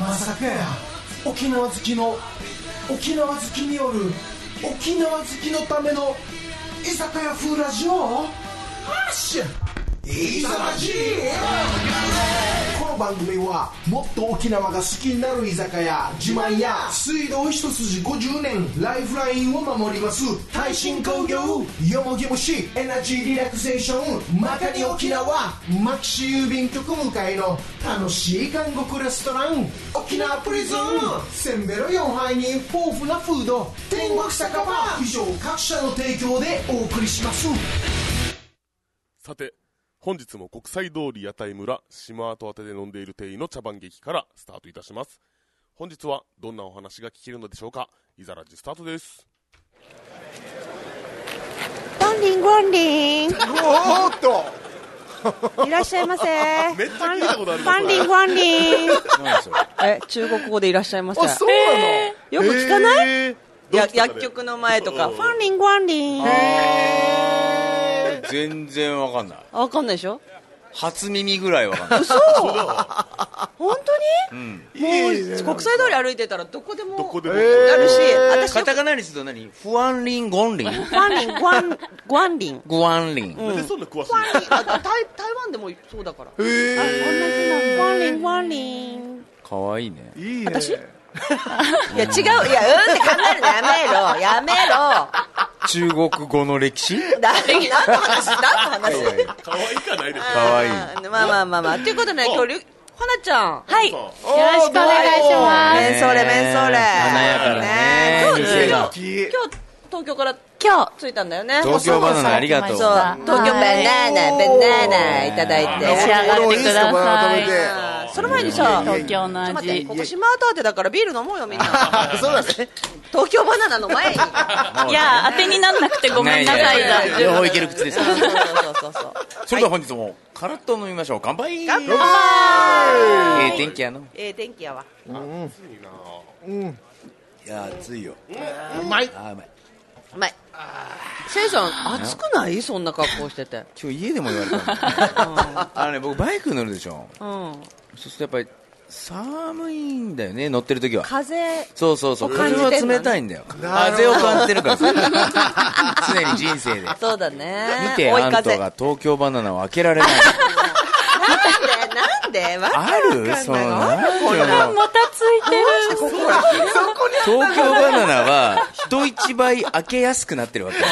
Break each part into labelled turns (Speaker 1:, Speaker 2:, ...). Speaker 1: まさかや沖縄好きの沖縄好きによる沖縄好きのための居酒屋風ラジオはっしゃいざまじこの番組はもっと沖縄が好きになる居酒屋自慢や水道一筋50年ライフラインを守ります耐震工業よもぎ虫エナジーリラクゼーションまかに沖縄マキシ郵便局向かいの楽しい韓国レストラン沖縄プリズンせんべろ4杯に豊富なフード天国酒場以上各社の提供でお送りします
Speaker 2: さて、本日も国際通り屋台村、島跡宛てで飲んでいる店員の茶番劇からスタートいたします。本日はどんなお話が聞けるのでしょうかいざらじスタートです。
Speaker 3: ゴンリンゴンリン
Speaker 4: おーっと
Speaker 3: いらっしゃいませ
Speaker 2: めっちゃ聞いたことある
Speaker 3: ゴンリンゴンリン
Speaker 5: え、中国語でいらっしゃいませ。
Speaker 4: あそうなの、
Speaker 5: よく聞かない、
Speaker 2: えー
Speaker 5: や
Speaker 2: どうした
Speaker 5: 薬局の前とか。
Speaker 2: うん
Speaker 5: フ
Speaker 3: ゴンリンゴンリン
Speaker 6: 全然わかんない
Speaker 5: ァンわかんないでしょ
Speaker 6: 初耳ぐらいわかんない
Speaker 5: 本当に、もう、国際通り歩いてたらどこでも
Speaker 2: どこでも、
Speaker 5: やるし、私
Speaker 6: カタカナにすると何フワンリンゴンリン
Speaker 3: ゴンリンゴンゴンリン
Speaker 6: グワンリン、
Speaker 2: なんでそんな詳しい
Speaker 5: 台台台湾でもそうだから。
Speaker 3: ゴンリンゴンリン
Speaker 6: かわいいね
Speaker 4: いいね
Speaker 5: いや、違う。いや、うんって考えるのやめろ。やめろ。
Speaker 6: 中国語の 歴史
Speaker 5: 誰何の話何の話
Speaker 2: の可愛いかないです
Speaker 6: か
Speaker 2: か
Speaker 6: わいい
Speaker 5: あーまあまあまあまあ。ということで、ね、今日りゅ、ほなちゃん。はい。よ
Speaker 3: よろしくお願いします
Speaker 5: メンソーレ、メンソーレ。
Speaker 6: 華やかだね
Speaker 5: ね今日、
Speaker 6: 店
Speaker 5: 今
Speaker 6: が
Speaker 5: 日、今日東京から今日着いたんだよね。
Speaker 6: 東京バナナありがとう
Speaker 5: そう、東京バナナ、バナナいただい
Speaker 4: 召し
Speaker 5: て。
Speaker 4: 上がってください
Speaker 5: その前にさ、ちょっ
Speaker 7: 東京の
Speaker 5: と
Speaker 7: 味
Speaker 5: 待って、ここ島アートアーテだからビール飲もうよ、みんな。 そうだね。東京バナナの 前に。そ
Speaker 7: いや当てになんなくてごめんなさいだ
Speaker 6: な
Speaker 5: や
Speaker 6: い両方いける口です
Speaker 5: うそうそうそう。
Speaker 6: それでは本日もカラッと飲みましょう乾杯乾杯ええ天気やの
Speaker 5: ええ、天気やわ。
Speaker 6: いや暑いよ
Speaker 4: うまい
Speaker 6: あーうまいう
Speaker 5: まい。せいさん、暑くないそんな格好してて。
Speaker 6: 今日家でも言われたん だよあのね僕バイク乗るでしょ
Speaker 5: うん。
Speaker 6: そうするとやっぱり寒いんだよね乗ってる時は
Speaker 5: 風、
Speaker 6: そうそうそう
Speaker 5: を感じ
Speaker 6: 風
Speaker 5: てんのね
Speaker 6: は冷たいんだよ風を感じてるか らさ常に人生で
Speaker 5: そうだね。
Speaker 6: 見て
Speaker 5: 追
Speaker 6: あ
Speaker 5: い
Speaker 6: ん
Speaker 5: 風
Speaker 6: たが東京バナナを開けられない
Speaker 5: なんでなんで
Speaker 6: あるそのなんていうの
Speaker 7: またついてる
Speaker 6: 東京バナナは人一倍開けやすくなってるわけよ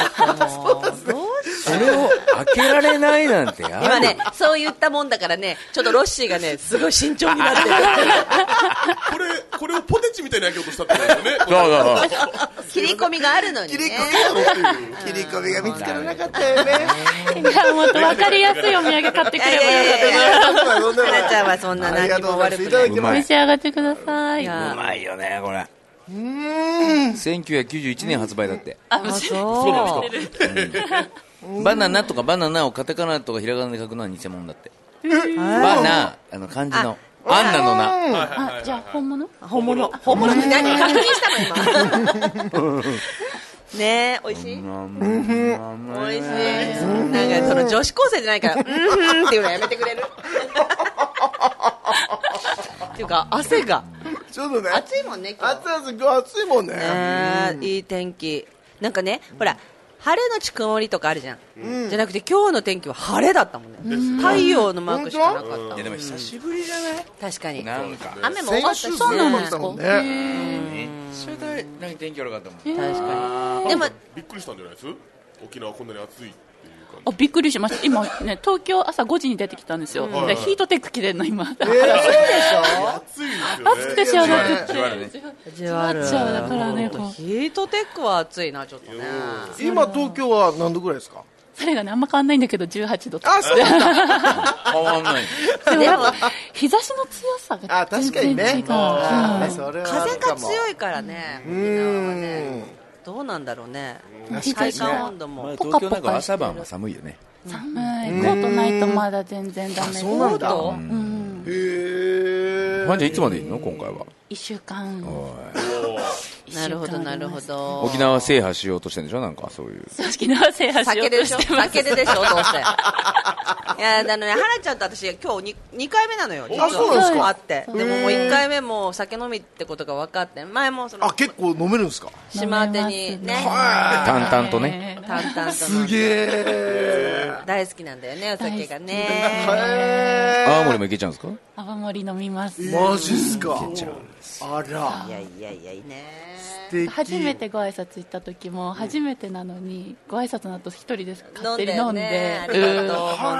Speaker 6: それを開けられないなんてある
Speaker 5: 今ね、そう言ったもんだからね、ちょっとロッシーがね、すごい慎重になってる。
Speaker 2: これ、これをポテチみたいに開けようとしたってことですよね。
Speaker 6: そうそうそう
Speaker 5: 切り込みがあるのにね。
Speaker 4: 切り込みが見つからなかったよね
Speaker 7: いやもっと分かりやすいお土産買ってくればよかっ
Speaker 5: いやいやいや
Speaker 4: そんなことない
Speaker 5: 花ちゃんはそんな
Speaker 4: ありが
Speaker 5: 何
Speaker 4: とう
Speaker 5: も
Speaker 4: ございま
Speaker 5: 悪
Speaker 4: す
Speaker 5: く
Speaker 4: いただ
Speaker 5: ない。
Speaker 4: きま
Speaker 6: う
Speaker 7: た
Speaker 6: ま
Speaker 7: 召
Speaker 6: い
Speaker 7: し上がってください
Speaker 5: や
Speaker 6: うまいよねこれ1991年発売だって
Speaker 5: あ、そ
Speaker 6: バナナとかバナナをカタカナとかひらがなで書くのは偽物だって。バナ、あの漢字の、アンナの名。
Speaker 7: あじゃあ本物
Speaker 5: う。本物。本物って何確認したの今。ねえ、美味しい美味しい。なんかその女子高生じゃないから、うんふんっていうのやめてく れるっていうか、汗が。
Speaker 4: すちょっとね
Speaker 5: 暑いもんね、今日。
Speaker 4: 熱々熱いもんね
Speaker 5: ねえいい天気なんかね、ほら晴れのち曇りとかあるじゃん、じゃなくて今日の天気は晴れだったもんね、太陽のマークしかなかった、
Speaker 6: いやでも久しぶりじゃない
Speaker 5: 確かに
Speaker 6: なんか。
Speaker 5: 雨も多か
Speaker 4: 先
Speaker 5: ったし
Speaker 4: 週
Speaker 5: ね
Speaker 4: すごい思ってたもんね
Speaker 6: 初代、なんか天気悪かったもん。
Speaker 5: 確かにでも
Speaker 2: びっくりしたんじゃないです沖縄こんなに暑いっていう感
Speaker 7: あびっくりしました今ね東京朝5時に出てきたんですよ、でヒートテック着てんの今、
Speaker 2: じ。暑いですよね。
Speaker 7: 暑くてしょうがなく
Speaker 6: じわるね
Speaker 7: て
Speaker 5: じわる
Speaker 7: じわっちゃうだからねこう
Speaker 5: ヒートテックは暑いなちょっとね
Speaker 4: 今東京は何度ぐらいですか
Speaker 7: それがねあんま変わんないんだけど18度と
Speaker 4: あそうなんだ
Speaker 6: 変わんない。
Speaker 7: でもやっぱ日差しの強さ
Speaker 4: あ
Speaker 7: が
Speaker 4: 確
Speaker 7: 全
Speaker 4: かに
Speaker 7: 然違
Speaker 4: ね
Speaker 7: う
Speaker 4: あーそれはあ
Speaker 5: 風
Speaker 4: るか
Speaker 5: が
Speaker 4: も
Speaker 5: 強いからね沖縄はねどうなんだろうね
Speaker 7: 日差
Speaker 5: 体
Speaker 7: しが
Speaker 5: 感温度も
Speaker 6: 東京なんか朝晩は寒いよね。
Speaker 7: 寒いコートないとまだ全然ダメで
Speaker 4: そうなんだ
Speaker 5: コート
Speaker 4: へえ
Speaker 6: ファンちゃんいつまでいるの今回は。
Speaker 7: 1週間
Speaker 6: おい
Speaker 5: なるほどなるほど
Speaker 6: 沖縄制覇しようとしてるんでしょなんかそういう。
Speaker 7: 沖縄制覇しよ
Speaker 5: 酒
Speaker 7: うと
Speaker 5: でしょ
Speaker 7: してます
Speaker 5: 酒ででしょどうせいやあのねハラちゃんと私今日 2, 2回目なのよあ
Speaker 4: そうなんですか
Speaker 5: あってでももう1回目も酒飲みってことが分かって前もその
Speaker 4: あ結構飲めるんですか
Speaker 5: 島当てにね
Speaker 6: 淡々とね。
Speaker 5: 淡々と
Speaker 4: すげえ
Speaker 5: 大好きなんだよねお酒がね
Speaker 6: 青森も行けちゃうんですか
Speaker 7: 泡盛飲みます
Speaker 4: マジっすかあら
Speaker 5: いやいやいやいいね
Speaker 4: 素敵
Speaker 7: 初めてご挨拶行った時も初めてなのにご挨拶の後一人で
Speaker 5: 飲
Speaker 7: 勝
Speaker 5: ん
Speaker 7: 手
Speaker 5: で
Speaker 7: に飲ん
Speaker 5: ね、あ
Speaker 7: で
Speaker 5: りがとう、
Speaker 7: うん
Speaker 5: 本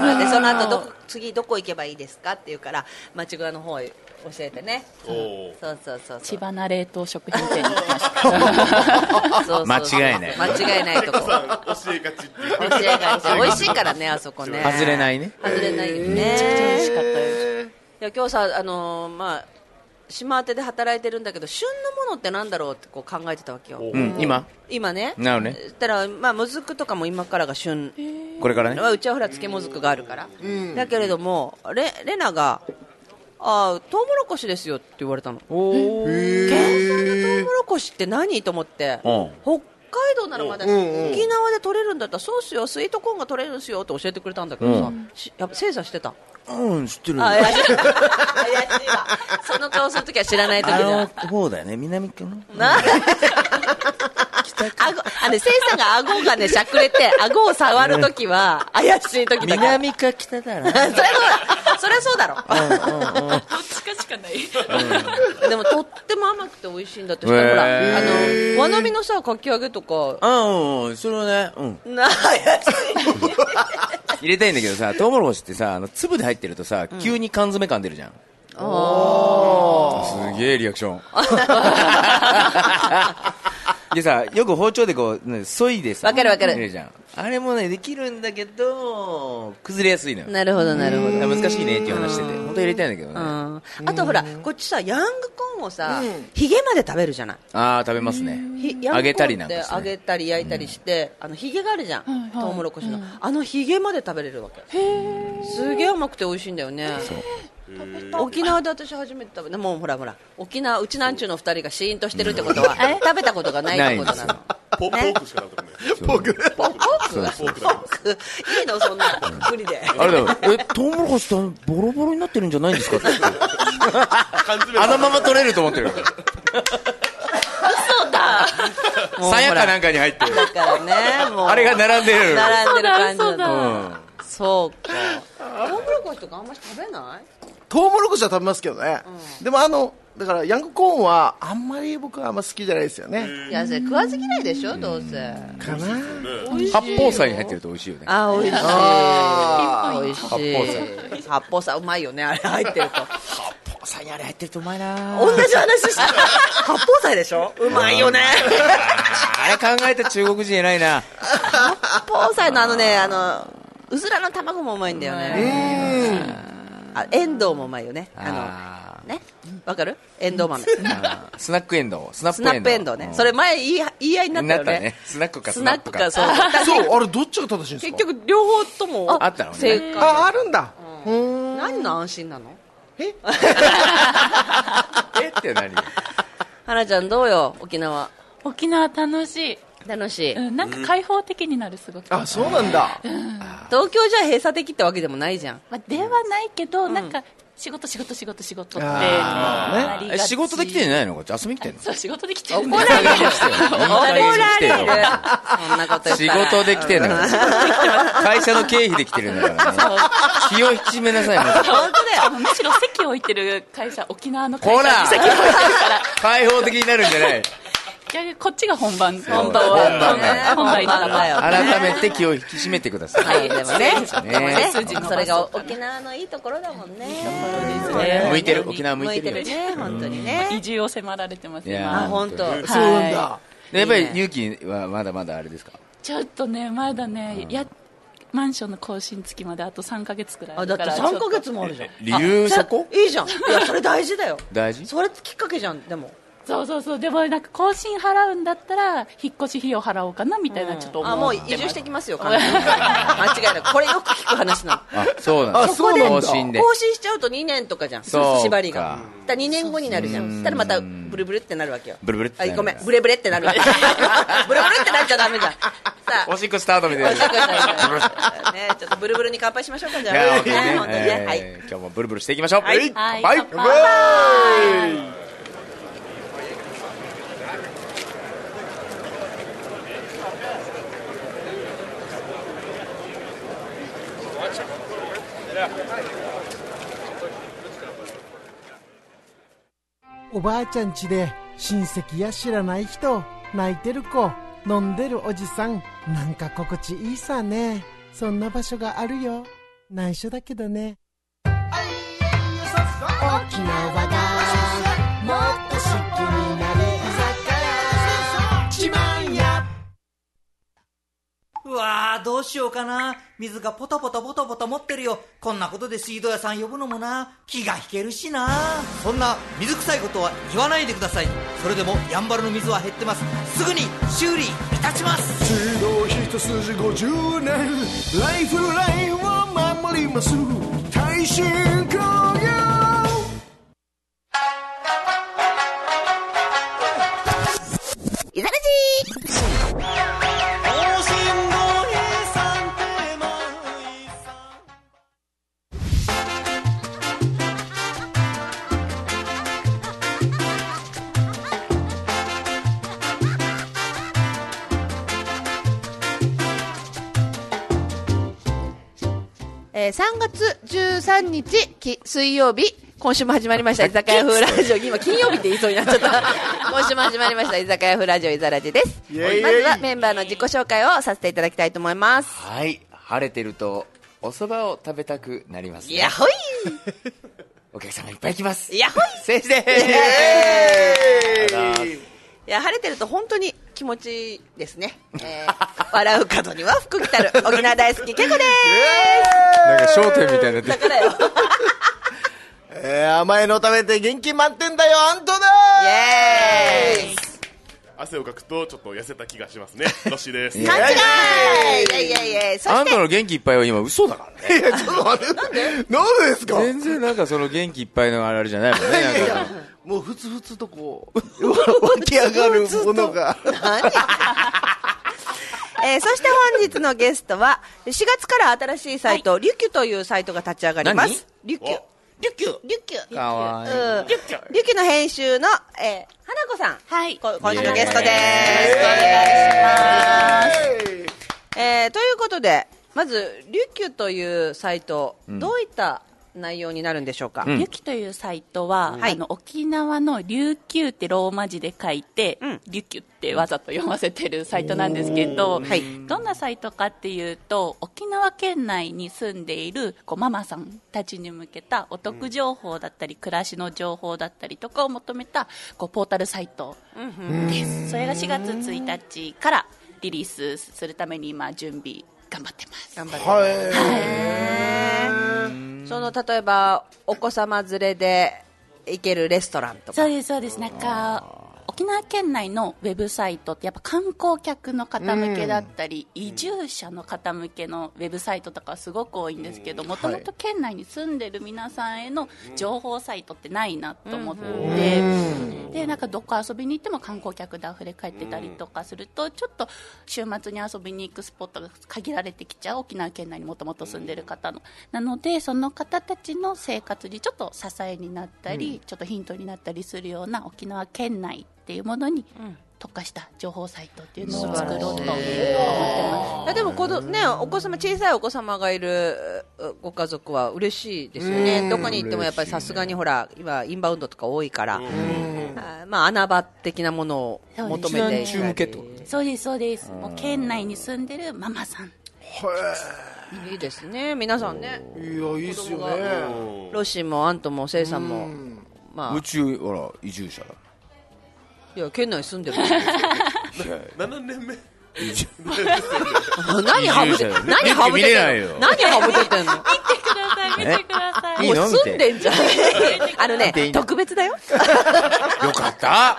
Speaker 5: 当飲んでもらって、その後どこ次どこ行けばいいですかって言うから、町具屋の方へ教えてね、
Speaker 2: おお
Speaker 5: そうそうそうそ
Speaker 7: 千
Speaker 5: う、
Speaker 7: 葉な冷凍食品店に行きました
Speaker 5: そうそうそう
Speaker 6: 間違いない
Speaker 5: 間違いないとこ、教
Speaker 2: 教えがちっていう
Speaker 5: えが美味しいからね、あそこね、
Speaker 6: 外れないね、
Speaker 5: 外れないよね、
Speaker 7: めちゃくちゃ美味しかったです
Speaker 5: いや今日さ、あのーまあ、島当てで働いてるんだけど、旬のものってなんだろうってこう考えてたわけよ、
Speaker 6: うん、今
Speaker 5: 今ね、
Speaker 6: なるほどね
Speaker 5: そしたら、まあ、もずくとかも今からが旬
Speaker 6: これからね
Speaker 5: まあうちはほら漬けもずくがあるから、だけれどもレレナが「あートウモロコシですよ」って言われたの
Speaker 6: おー
Speaker 5: 原産のトウモロコシって何と思って、
Speaker 6: うん
Speaker 5: 北海道ならまだし、沖縄で取れるんだったらそうっすよスイートコーンが取れるんすよって教えてくれたんだけどさ、しやっぱ精査してた
Speaker 6: うん知ってる
Speaker 5: あ
Speaker 6: あ
Speaker 5: 怪しい怪しいわその顔するときは知らないとき
Speaker 6: の
Speaker 5: だ
Speaker 6: 方だよね南かな
Speaker 5: な顎 あの、せいさんが顎がね、しゃくれて、顎を触るときは、怪しいときだから。
Speaker 6: 南か北だ
Speaker 5: そ
Speaker 6: な
Speaker 5: れそうだ、それそうだろ。
Speaker 7: どっちかしかない
Speaker 5: でもとっても甘くて美味しいんだって。
Speaker 6: へ
Speaker 5: ほ
Speaker 6: ー
Speaker 5: ら、あの、わなびのさ、かき揚げとか。
Speaker 6: うんうんそれはね、うん、
Speaker 5: な怪し
Speaker 6: 入れたいんだけどさトウモロコシってさあの粒で入ってるとさ、急に缶詰感出るじゃんおすげえリアクショ ンでさよく包丁でこうね削いでさ
Speaker 5: わかるわかる
Speaker 6: 入れじゃんあれもねできるんだけど崩れやすいのよ
Speaker 5: い。なるほど、なるほど。
Speaker 6: 難しいねっていう話してて本当入れたいんだけどね
Speaker 5: う
Speaker 6: あ
Speaker 5: んあとほら、こっちさ、ヤングコーンをさ、ヒゲまで食べるじゃない。
Speaker 6: あー食べますね
Speaker 5: ひ
Speaker 6: 揚げたりなんか
Speaker 5: ヤング
Speaker 6: し
Speaker 5: コーンって揚げ
Speaker 6: てね
Speaker 5: たり焼いたりして、あのヒゲがあるじゃん、
Speaker 7: はい
Speaker 5: トウモロコシの、あのヒゲまで食べれるわけすげえ甘くて美味しいんだよね沖縄で私初めて食べたもうほらほら沖縄うちなんちゅうの二人がシーンとしてるってこと は食べたことがないってことなの
Speaker 2: ポポークしか食べたことない
Speaker 4: 僕
Speaker 5: ポー
Speaker 6: そう
Speaker 5: ク
Speaker 6: そう
Speaker 2: ポークだけ
Speaker 5: いいのそんな無理で
Speaker 6: あれだよえトウモロコシってボロボロになってるんじゃないんですかって
Speaker 2: 缶詰
Speaker 6: あのまま取れると思ってる
Speaker 5: もう ほら
Speaker 6: さやかなんかに入ってる
Speaker 5: だからねもう
Speaker 6: あれが並んでる
Speaker 5: 並んでる感じ
Speaker 7: そうだ
Speaker 5: な
Speaker 6: う
Speaker 5: の
Speaker 6: ん
Speaker 5: そうかトウモロコシとかあんまり食べない
Speaker 4: トウモロコシは食べますけどね、でもあのだからヤングコーンはあんまり僕はあんま好きじゃないですよね、
Speaker 5: いやそれ食わず嫌いでしょどうせ
Speaker 4: かな
Speaker 6: 八宝菜に入ってると美味しいよね
Speaker 5: あー美味しい
Speaker 4: あ
Speaker 5: 美味しい八宝菜うまいよねあれ入ってると
Speaker 6: 八宝菜にあれ入ってるとうまいな
Speaker 5: 同じ話した八宝菜でしょうまいよね
Speaker 6: あれ考えた中国人偉いな
Speaker 5: 八宝菜のあのねあのうずらの卵もうまいんだよねあエンドウもうまいよねあ
Speaker 6: あ
Speaker 5: のねわかるエンドウ豆
Speaker 6: スナックエンドウスナッ
Speaker 5: スナップ
Speaker 6: プ
Speaker 5: エ
Speaker 6: エ
Speaker 5: ン
Speaker 6: ン
Speaker 5: ド
Speaker 6: ド
Speaker 5: ウ
Speaker 6: ウ
Speaker 5: ね
Speaker 6: うん
Speaker 5: それ前言い言い合いになったよ
Speaker 6: なった
Speaker 5: ね
Speaker 6: ねスナックか
Speaker 5: スナックか
Speaker 6: ス
Speaker 5: そうだから
Speaker 4: そうあれどっちが正しいんです
Speaker 5: 結
Speaker 4: か
Speaker 5: 局両方とも
Speaker 6: あったのね
Speaker 5: 正解
Speaker 4: ああるんだ、うん
Speaker 5: 何の安心なの
Speaker 4: え
Speaker 6: えって何
Speaker 5: 花ちゃんどうよ沖縄
Speaker 7: 沖縄楽しい、
Speaker 5: 楽しい
Speaker 7: うん、なんか開放的になるすごく、
Speaker 4: あそうなんだ
Speaker 5: 東京じゃ閉鎖的ってわけでもないじゃん
Speaker 7: まあ、ではないけど、なんか仕事仕事仕事仕事ってなりが
Speaker 6: え
Speaker 7: ち
Speaker 6: 仕事できてんじゃないのこっち遊びに来てんの
Speaker 7: そう仕事できてるん
Speaker 5: 怒られる
Speaker 6: 怒
Speaker 5: 怒られる
Speaker 6: よ
Speaker 5: そんなこと言った
Speaker 6: 仕
Speaker 5: ら
Speaker 6: 事で きてんの会社の経費できてるんだから気を引き締めなさいもう
Speaker 5: 本当だよ
Speaker 7: むしろ席を置いてる会社沖縄の会
Speaker 6: ほ
Speaker 7: 社
Speaker 6: ら
Speaker 7: に席を置いてるから
Speaker 6: 開放的になるんじゃない
Speaker 7: 逆にこっちが本番
Speaker 6: 本番は
Speaker 5: 本
Speaker 7: 本
Speaker 5: 番
Speaker 7: 番
Speaker 5: なのよ
Speaker 6: 改めて気を引き締めてください、
Speaker 5: はいでもね
Speaker 6: ね
Speaker 5: でもね
Speaker 6: 数字
Speaker 7: 伸ばそうかな
Speaker 5: それが沖縄のいいところだもんね
Speaker 6: 向いてる沖縄向
Speaker 5: 向
Speaker 6: い
Speaker 5: い
Speaker 6: て
Speaker 5: て
Speaker 6: る
Speaker 5: る
Speaker 6: よ
Speaker 5: ね本当に
Speaker 7: 移
Speaker 5: ね
Speaker 7: 住を迫られてます
Speaker 6: いや
Speaker 7: 今
Speaker 6: ー
Speaker 5: あ本当
Speaker 6: 本
Speaker 4: そうなんだ
Speaker 6: でやっぱり勇気はまだまだあれですか
Speaker 7: ちょっとねまだねやマンションの更新付きまであと3か月くらい
Speaker 5: あだ
Speaker 7: る
Speaker 5: って
Speaker 7: から
Speaker 5: 3ヶ月もあるじゃん
Speaker 6: 理由そこ
Speaker 5: いいじゃんいやそれ大事だよ
Speaker 6: 大事
Speaker 5: それきっかけじゃんでも
Speaker 7: そうそうそうでもなんか更新払うんだったら引っ越し費用払おうかなみたいなちょっと思
Speaker 5: あもう移住してきますよ完全に間違いないこれよく聞く話なの
Speaker 6: あそうなんだ
Speaker 4: あそうなんだ
Speaker 6: 更新で
Speaker 5: 更新しちゃうと2年とかじゃん
Speaker 6: そうか
Speaker 5: 縛りがだ2年後になるじゃんそしたらまたブルブルってなるわけよ
Speaker 6: ブルブルってな
Speaker 5: あ
Speaker 6: る
Speaker 5: ごめんブレブレってなるわ けブルブルってなっちゃダメじゃんさあ
Speaker 6: おしっこスタートみた
Speaker 5: お
Speaker 6: い
Speaker 5: しっ
Speaker 6: な
Speaker 5: こしたいからねちょっとブルブルに乾杯しましょうかじゃ
Speaker 6: いや
Speaker 5: あ
Speaker 6: 本当にね
Speaker 5: ね本当にねはい
Speaker 6: えー今日もブルブルしていきましょう
Speaker 5: はい
Speaker 6: はい
Speaker 7: はい
Speaker 6: 乾杯
Speaker 8: おばあちゃん家で親戚や知らない人泣いてる子飲んでるおじさんなんか心地いいさねそんな場所があるよ内緒だけどね沖縄がもっと好きになる居酒屋万屋
Speaker 9: うわあ、どうしようかな。水がポタポタポタポタ持ってるよ。こんなことで水道屋さん呼ぶのもな。気が引けるしな。そんな水臭いことは言わないでください。それでもやんばるの水は減ってます。すぐに修理いたします。
Speaker 1: 水道一筋50年ライフラインを守ります耐震工業
Speaker 5: えー3月13日き水曜日今週も始まりました居酒屋風ラジオ 今金曜日って言いそうになっちゃった 今週も始まりました居酒屋風ラジオいざらじです
Speaker 4: イエイイエイ
Speaker 5: まずはメンバーの自己紹介をさせていただきたいと思います
Speaker 6: はい晴れてるとお蕎麦を食べたくなりますね
Speaker 5: いやほい
Speaker 6: お客様いっぱい来ます
Speaker 5: いやほい
Speaker 6: 先生
Speaker 5: いや晴れてると本当に気持ちいいですね、えー 笑う角には福来た る沖縄大好きけこで
Speaker 6: なんか焦点みたいになっ
Speaker 5: すだからよ
Speaker 4: えー、甘いの食べて元気満点だよ、アントだ
Speaker 5: イエーイ
Speaker 2: 汗をかくとちょっと痩せた気がしますね。ロッシーです。
Speaker 5: 勘違いいやいやいやそ
Speaker 6: ア
Speaker 5: し
Speaker 6: ンド
Speaker 5: て
Speaker 6: の元気いっぱいは今嘘だからね
Speaker 4: ーちょっと待って、なんでですか
Speaker 6: 全然なんかその元気いっぱいのあれじゃないもんねなんか
Speaker 4: もうふつふつとこう、湧き上がるものが。
Speaker 5: えーそして本日のゲストは4月から新しいサイト、リュキュというサイトが立ち上がりますリュキュリュキュリュキュ
Speaker 6: かわいい
Speaker 5: うんリュキュの編集の、えー花子さん、
Speaker 3: はい
Speaker 5: こ今週の
Speaker 6: イエーイ
Speaker 5: ゲストですお願いします、えーということでまずリュキュというサイト、どういった内容になるんでしょうか、
Speaker 6: ん
Speaker 7: ゆきというサイトは、
Speaker 5: はい
Speaker 7: あの沖縄の琉球ってローマ字で書いて、
Speaker 5: うん
Speaker 7: 琉球ってわざと読ませてるサイトなんですけど、
Speaker 5: はい
Speaker 7: どんなサイトかっていうと沖縄県内に住んでいるこうママさんたちに向けたお得情報だったり、暮らしの情報だったりとかを求めたこうポータルサイトです。それが4月1日からリリースするために今準備頑張ってます。
Speaker 5: 頑張ってはいその例えばお子様連れで行けるレストランとか
Speaker 7: そうですそうですなんか沖縄県内のウェブサイトってやっぱ観光客の方向けだったり、移住者の方向けのウェブサイトとかすごく多いんですけどもともと県内に住んでる皆さんへの情報サイトってないなと思って、でなんかどこ遊びに行っても観光客であふれ返ってたりとかするとちょっと週末に遊びに行くスポットが限られてきちゃう沖縄県内にもともと住んでる方のなのでその方たちの生活にちょっと支えになったり、ちょっとヒントになったりするような沖縄県内っていうものに特化した情報サイトっていうのを作ろうと思って
Speaker 5: い
Speaker 7: ま
Speaker 5: やでもこの、ね、お子様小さいお子様がいるうご家族は嬉しいですよね、どこに行ってもやっぱりさすがにほら今、インバウンドとか多いから、あーまあ、穴場的なものを求めてい
Speaker 6: 中向けってこと
Speaker 7: すそうですそうですもう県内に住んでるママさん
Speaker 5: いいですね、皆さんね、
Speaker 4: いや、いいっすよね。
Speaker 5: ロッシーもアントもセイさんも、ま
Speaker 6: 宇
Speaker 5: あ、
Speaker 6: 宙ほら移住者だ
Speaker 5: いや県内に住んでる
Speaker 2: 7年目。
Speaker 6: 移住
Speaker 5: 何ハブで
Speaker 6: 移住者だよ
Speaker 5: 何ハブ
Speaker 6: 見
Speaker 5: で
Speaker 6: れないよ
Speaker 5: 何ハブでてんの
Speaker 7: 見てください見てください
Speaker 6: いい
Speaker 5: も
Speaker 6: の
Speaker 5: う住んでんじゃんあの
Speaker 6: 見てい
Speaker 5: ね
Speaker 6: いの
Speaker 5: 特別だよ
Speaker 6: よかった
Speaker 7: さ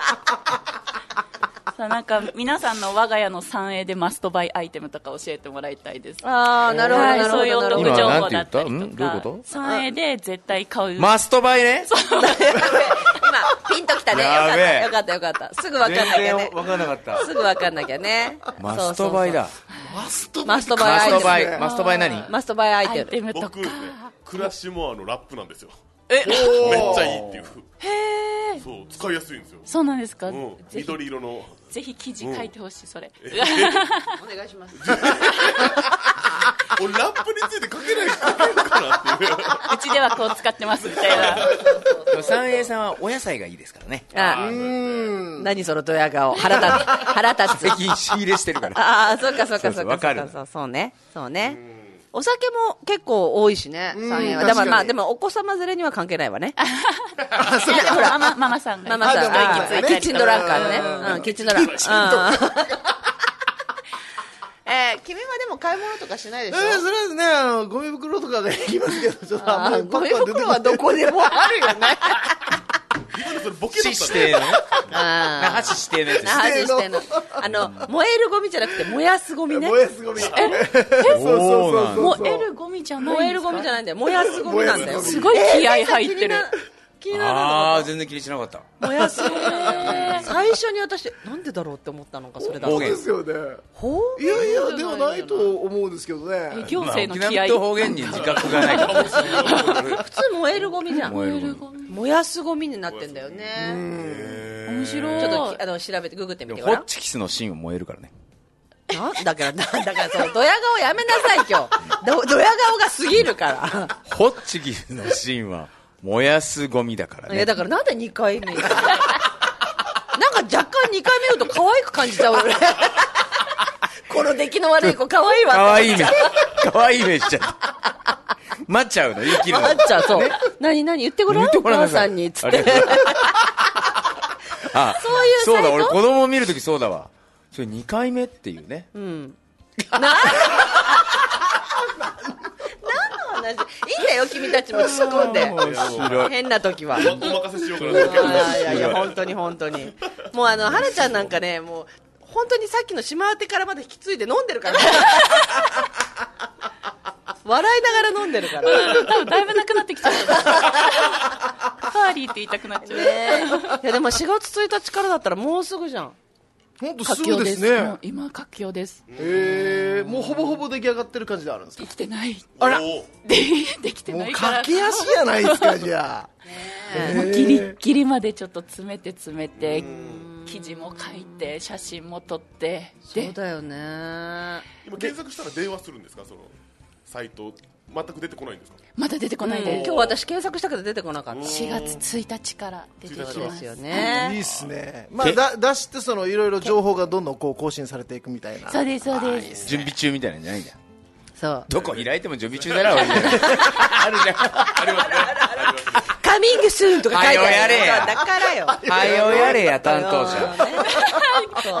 Speaker 7: あなんか皆さんの我が家の三栄でマストバイアイテムとか教えてもらいたいです。
Speaker 5: ああ、なるほど、
Speaker 7: は、
Speaker 5: ないる
Speaker 7: そういう
Speaker 5: ほ
Speaker 7: お
Speaker 5: ど、なるほど。
Speaker 7: 得情
Speaker 6: 今なん
Speaker 7: 報
Speaker 6: て言
Speaker 7: だ
Speaker 6: っ
Speaker 7: ったたり
Speaker 6: ん
Speaker 7: と
Speaker 6: どういう
Speaker 7: か
Speaker 6: こと
Speaker 7: 三栄で絶対買う、
Speaker 6: マストバイね
Speaker 5: 今、ピンときたね。よ
Speaker 6: やべえ
Speaker 5: かった、よかった、よかった。すぐわかんなきゃね。
Speaker 6: 分からなかった
Speaker 5: すぐわかんなきゃね。
Speaker 6: マストバイだ
Speaker 5: そうそうそう。マストバイアイ
Speaker 6: マス
Speaker 5: テ
Speaker 6: ト
Speaker 5: ム。
Speaker 6: バイマストバイ何
Speaker 5: マストバイアイ
Speaker 7: ア
Speaker 5: テ
Speaker 7: イ
Speaker 5: ム。
Speaker 7: テムと
Speaker 2: 僕
Speaker 7: か
Speaker 2: ね。クラッシュモアのラップなんですよ
Speaker 5: え
Speaker 2: めっちゃいいっていうそう使いやすいんですよ、
Speaker 7: そうなんですか、
Speaker 2: うん、
Speaker 7: ぜひ
Speaker 2: 緑色の
Speaker 7: ぜひ記事書いてほしい、それ。
Speaker 5: お願いします。
Speaker 2: 俺ラップについて書けない人いるかなっていう
Speaker 7: うちではこう使ってますみたいな。
Speaker 6: 三栄さんはお野菜がいいですからね
Speaker 5: あ何そのドヤ顔。腹立つ。腹立つ
Speaker 6: 最。近仕入れしてるから
Speaker 5: ああ、そうかそうかそ
Speaker 6: そ
Speaker 5: う
Speaker 6: そう
Speaker 5: う
Speaker 6: わ
Speaker 5: か
Speaker 6: か
Speaker 5: そうか
Speaker 6: る
Speaker 5: そうそうね。そうね。お酒も結構多いしね、三円は。だからまあ、でもお子様連れには関係ないわね。
Speaker 7: いやママママさんが。
Speaker 5: ママさん、
Speaker 4: あ
Speaker 5: あ
Speaker 4: でも
Speaker 5: ーキッチンドランカーのね。うん、キッチンドランカー。うんえー、君はでも買い物とかしないで
Speaker 4: え
Speaker 5: し
Speaker 4: ー
Speaker 5: ょ
Speaker 4: それはねあのゴミ袋とかで行きますけどちょっとあん
Speaker 5: あ
Speaker 4: ま
Speaker 5: ー
Speaker 4: り
Speaker 5: ゴミ袋はどこでもあるよね。
Speaker 2: それボケ
Speaker 6: 市
Speaker 2: だっ
Speaker 6: 指
Speaker 2: た
Speaker 6: 定のね那
Speaker 5: あ
Speaker 6: 覇市指定のやつで
Speaker 5: あ、話してんの。あの、燃えるゴミじゃなくて燃やすゴミね。
Speaker 4: 燃やすゴミそうそうそうそうそう
Speaker 7: 燃えるゴミじゃないんですか
Speaker 5: 燃えるゴミじゃないんだよ。燃やすゴミなんだよ。
Speaker 4: 燃やすゴミ
Speaker 7: すごい気合入ってる。
Speaker 5: 気に
Speaker 6: す
Speaker 5: なるの
Speaker 6: ああ全然気にしなかった
Speaker 5: 燃やすゴミ最初に私なんでだろうって思ったのかそれだ
Speaker 6: 方
Speaker 5: と
Speaker 6: 言
Speaker 4: ですよね
Speaker 5: ほう
Speaker 4: いやいやでもないと思うんですけどね
Speaker 7: え行政
Speaker 6: 沖
Speaker 7: の気合
Speaker 6: 縄と方言に自覚がないからですね
Speaker 5: 普通燃えるゴミじゃん
Speaker 6: 燃える
Speaker 7: ゴミ
Speaker 5: 燃やすゴミになってんだよね
Speaker 7: 面白い
Speaker 5: ちょっときあの調べてググってみ
Speaker 6: で
Speaker 5: て
Speaker 6: も
Speaker 5: ご
Speaker 6: ホ
Speaker 5: ら
Speaker 6: ッ
Speaker 5: ん
Speaker 6: チキスの芯を燃えるからね
Speaker 5: なんだからなんだからそのドヤ顔やめなさい今日どドヤ顔が過ぎるか
Speaker 6: ホッチキスの芯は燃やすゴミだから
Speaker 5: ら
Speaker 6: ね
Speaker 5: いやだからなんで2回目 なんか若干2回目言うと可愛く感じちゃう俺この出来の悪い子可愛いわ
Speaker 6: かわいい
Speaker 5: ね
Speaker 6: 目。かわいい目しちゃった。待っちゃうの、言い切るの。
Speaker 5: あっちゃんそう、何何言ってごらん
Speaker 6: 言って
Speaker 5: お
Speaker 6: ごらん
Speaker 5: 母
Speaker 6: なさ
Speaker 5: さ
Speaker 6: い
Speaker 5: んにっつっ
Speaker 6: あ
Speaker 5: て
Speaker 6: りがとうあ、
Speaker 5: そういう
Speaker 6: そう
Speaker 5: サイ
Speaker 6: だ、
Speaker 5: ト
Speaker 6: 俺子供見るときそうだわ。それ2回目っていうね。
Speaker 5: 同じいいんだよ君たちも突っ込んで
Speaker 6: 面白い。
Speaker 5: 変な時は。
Speaker 2: お任せしようかなと思うけど
Speaker 5: いやいやいや、本当に本当に。もうあの、はなちゃんなんかね、もう、本当にさっきの島当てからまで引き継いで飲んでるから。 笑いながら飲んでるから。ね
Speaker 7: 多分だいぶなくなってきちゃった。ファーリーって言いたくなっちゃう。
Speaker 5: いや、でも4月1日からだったらもうすぐじゃん。
Speaker 4: 本当すぐですね
Speaker 7: もう今、活況です。
Speaker 4: えーもうほぼほぼ出来上がってる感じであるんですか
Speaker 7: できてない。
Speaker 4: あら
Speaker 2: おー
Speaker 7: で、できて
Speaker 4: も
Speaker 7: な
Speaker 4: う
Speaker 7: いから。
Speaker 4: 駆け足じゃないですかじゃあ
Speaker 7: もうギリギリまでちょっと詰めて詰めて、記事も書いて、写真も撮って、
Speaker 5: そう
Speaker 7: で、
Speaker 5: だよね。
Speaker 2: 今検索したら電話するんですかそのサイト全く出てこないんですか
Speaker 7: まだ出てこない
Speaker 5: 今
Speaker 7: で
Speaker 5: 日
Speaker 7: す。
Speaker 5: 私検索したけど出てこなかった。
Speaker 7: 4月1日から出てきます。
Speaker 5: ですよ
Speaker 4: いい
Speaker 5: ね。
Speaker 4: っすねまあだ出してそのいろいろ情報がどんどんこう更新されていくみたいな
Speaker 7: そうです、そうです。
Speaker 6: 準備中みたいなんじゃないんだ。
Speaker 5: そう。
Speaker 6: どこ開いても準備中だろ、俺あるじゃ
Speaker 2: ありますねありますね
Speaker 5: カミングスーンとか書いて
Speaker 6: はよや
Speaker 5: ある
Speaker 6: れや
Speaker 5: だからよ。
Speaker 6: ん。はよやれや、担当者。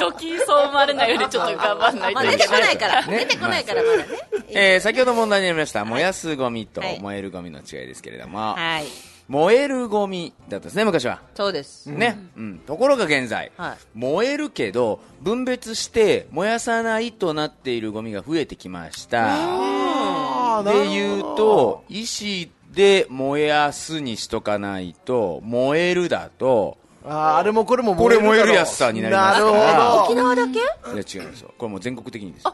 Speaker 7: ドキそう思われないようにちょっと頑張んない
Speaker 5: ま
Speaker 7: と
Speaker 5: あ
Speaker 7: い
Speaker 5: 出
Speaker 7: け
Speaker 5: て
Speaker 7: な
Speaker 5: こ
Speaker 7: い。
Speaker 5: ないから、
Speaker 6: ね
Speaker 5: 出てこないからまだね。
Speaker 6: えー先ほど問題になりました、燃やすゴミと
Speaker 5: はい
Speaker 6: 燃えるゴミの違いですけれども、
Speaker 5: はい。
Speaker 6: 燃えるゴミだったんですね、昔は。
Speaker 5: そうです。
Speaker 6: ね、うんところが現在、
Speaker 5: はい
Speaker 6: 燃えるけど分別して燃やさないとなっているゴミが増えてきましたでいうと医師で燃やすにしとかないと燃えるだと
Speaker 4: あーあれもこれも
Speaker 6: これ
Speaker 4: だろ
Speaker 6: 燃えるやつさになりますから
Speaker 4: なるほど
Speaker 5: 縄だけ
Speaker 6: いや違うんですよこれもう全国的にです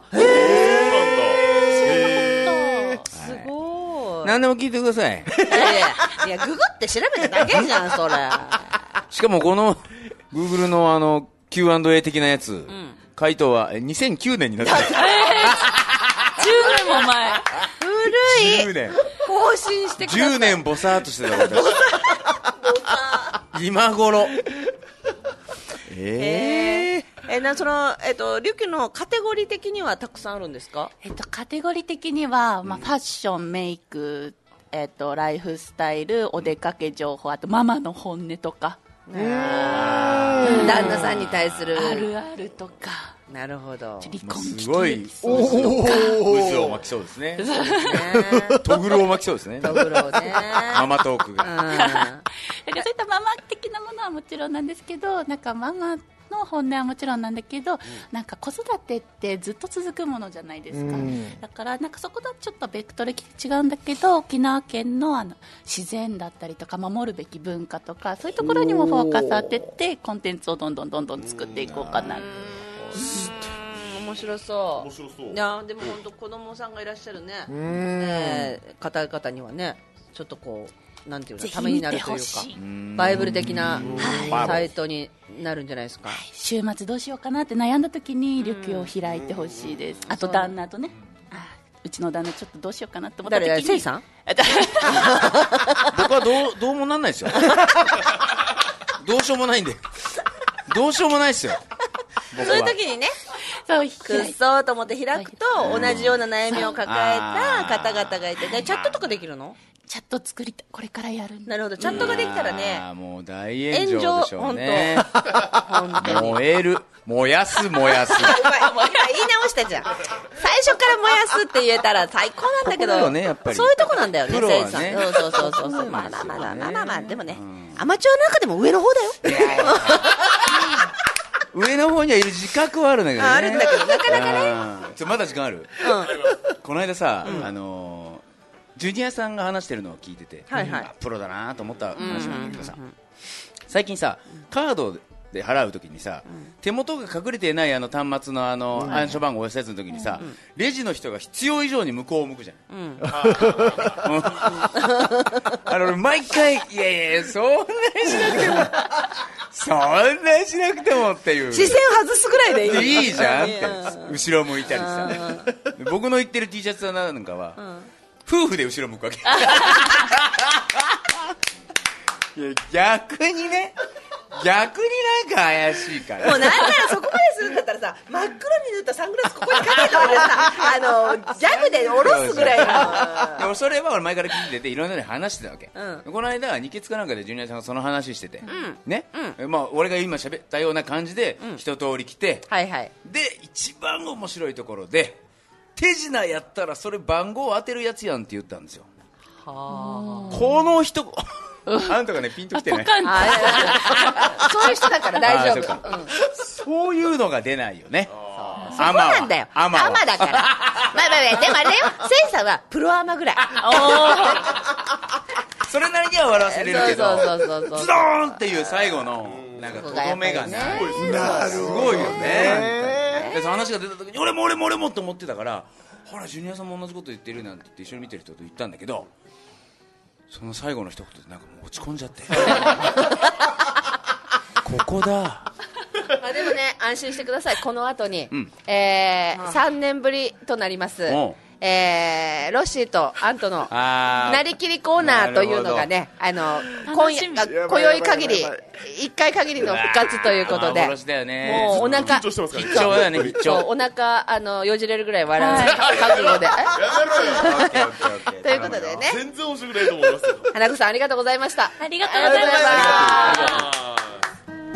Speaker 5: すごい。
Speaker 6: 何でも聞いてください
Speaker 5: いやいや、いやググって調べただけじゃん、それ。
Speaker 6: しかもこの Google のあの Q&A 的なやつ、回答はえ2009年になってる
Speaker 7: 10年も前。
Speaker 5: 古い
Speaker 6: 10年
Speaker 5: 更新してください
Speaker 6: 10年ボサーっとしてた私今頃ええ
Speaker 5: えーえなその、えっと、琉球のカテゴリー的にはたくさんあるんですか
Speaker 7: えっと、カテゴリー的には、まあ、ファッション、メイク、えっと、ライフスタイル、お出かけ情報、あとママの本音とか、
Speaker 5: 旦那さんに対する。
Speaker 7: あるあるとか、
Speaker 5: なるほど。
Speaker 7: 離婚危
Speaker 6: す
Speaker 7: 機
Speaker 6: ごい渦を巻きそうですねトグルを巻きそうですね
Speaker 5: トグロね。
Speaker 6: ママトークが
Speaker 7: だからそういったママ的なものはもちろんなんですけど、なんかママのの本音はもちろんなんだけど、なんか子育てってずっと続くものじゃないですか、だからなんかそこだとちょっとベクトル違うんだけど沖縄県のあの自然だったりとか守るべき文化とかそういうところにもフォーカス当ててコンテンツをどんどんどんどん作っていこうかな
Speaker 5: 面白そう
Speaker 2: 面白そう
Speaker 5: いやでも本当子供さんがいらっしゃるね、えー方々にはねちょっとこうなんていうの
Speaker 7: ぜひ
Speaker 5: ためになるという
Speaker 7: 見て
Speaker 5: か
Speaker 7: ほしい
Speaker 5: バイブル的な
Speaker 6: はい
Speaker 5: サイトになるんじゃないですか、
Speaker 7: 週末どうしようかなって悩んだ時に緑を開いてほしいですあと旦那とねあうちの旦那ちょっとどうしようかなって思った
Speaker 5: 誰誰
Speaker 7: 時に
Speaker 5: せいさん
Speaker 6: 僕はどうどうもなんないですよどうしようもないんでどうしようもないですよ僕
Speaker 5: そういう
Speaker 6: は
Speaker 5: 時にね
Speaker 7: そう
Speaker 5: くっ
Speaker 7: 開いて
Speaker 5: そうと思って開くと同じような悩みを抱えた
Speaker 6: あー
Speaker 5: 方々がいてでチャットとかできるの
Speaker 7: チャット作りたいこれからやるんだ
Speaker 5: なるほどチャットができたらね
Speaker 6: あーもう大炎上でしょうね
Speaker 5: 本当に
Speaker 6: 燃える燃やす燃やす
Speaker 5: うまい今言い直したじゃん最初から燃やすって言えたら最高なんだけど
Speaker 6: とこだよねやっぱり
Speaker 5: そういうとこなんだよね
Speaker 6: プロはね
Speaker 5: 誠司さんそうそうそうそう
Speaker 6: そう
Speaker 5: ま
Speaker 6: な
Speaker 5: あ
Speaker 6: ん
Speaker 5: まあ
Speaker 6: ですよね
Speaker 5: まあまあまあまあでもね、アマチュアの中でも上の方だよ
Speaker 6: 上の方にはいる自覚はあるんだけどね
Speaker 5: あるんだけどなかなか
Speaker 6: ねちょまだ時間ある、この間さ、あのージュニアさんが話してるのを聞いてて、
Speaker 5: はいはい
Speaker 6: あプロだなと思った話なんだけどさ、最近さカードで払うときにさ、手元が隠れていないあの端末のあの、暗証番号を押したやつの時にさ、レジの人が必要以上に向こうを向くじゃん、あの俺毎回いやいやそんなにしなくてもそんなにしなくてもっていう
Speaker 5: 視線を外すぐらいでいい
Speaker 6: でいいじゃんって後ろ向いたりさ僕の言ってる T シャツなんかは、夫婦で後ろ向くわ けいや逆にね逆になんか怪しいか
Speaker 5: もう
Speaker 6: ら
Speaker 5: なんならそこまでするんだったらさ真っ黒に塗ったサングラスここにかけてくれさあのジャグで下ろすぐらいの
Speaker 6: でもそれは俺前から聞いてていろんな人に話してたわけ、
Speaker 5: う
Speaker 6: この間二ケツかなんかでジュニアさんがその話してて、ね、まあ、俺が今喋ったような感じで一通り来て、
Speaker 5: はいはい
Speaker 6: で一番面白いところで手品やったらそれ番号当てるやつやんって言ったんですよこの人 あんたがねピンときてない
Speaker 5: あそういう人だから大丈夫そ,、
Speaker 6: あーそうかそういうのが出ないよねそ
Speaker 5: こなんだよアマだ からまあまあまあでもあれだよせいさんはプロアマぐらい
Speaker 6: それなりには笑わせれるけど
Speaker 5: そうそうそうそう
Speaker 6: ズドーンっていう最後のなんかとどめがない
Speaker 4: な
Speaker 6: す
Speaker 4: る
Speaker 6: ごいよねでその話が出た時に俺も俺も俺もって思ってたからほらジュニアさんも同じこと言ってるなんて言って一緒に見てる人と言ったんだけどその最後の一言でなんかもう落ち込んじ ゃってここだ
Speaker 5: まあでもね安心してくださいこの後に、
Speaker 6: ん
Speaker 5: えー、3年ぶりとなります、
Speaker 6: お
Speaker 5: えー、ロッシーとアントの
Speaker 6: あー
Speaker 5: なりきりコーナーというのがねあの今夜あ今宵限り
Speaker 4: やばいやばいやば
Speaker 5: 一回限りの復活ということで
Speaker 6: 幻だよね
Speaker 5: もうお腹
Speaker 2: 緊張してますからね
Speaker 6: 必要だよね必
Speaker 5: そう
Speaker 6: 要
Speaker 5: お腹あのよじれるぐらい笑う覚悟 でえということでね
Speaker 2: 全然面白くないと思いますよ
Speaker 5: 花子さんありがとうございました
Speaker 7: ありがとうございます
Speaker 5: ありがとうございます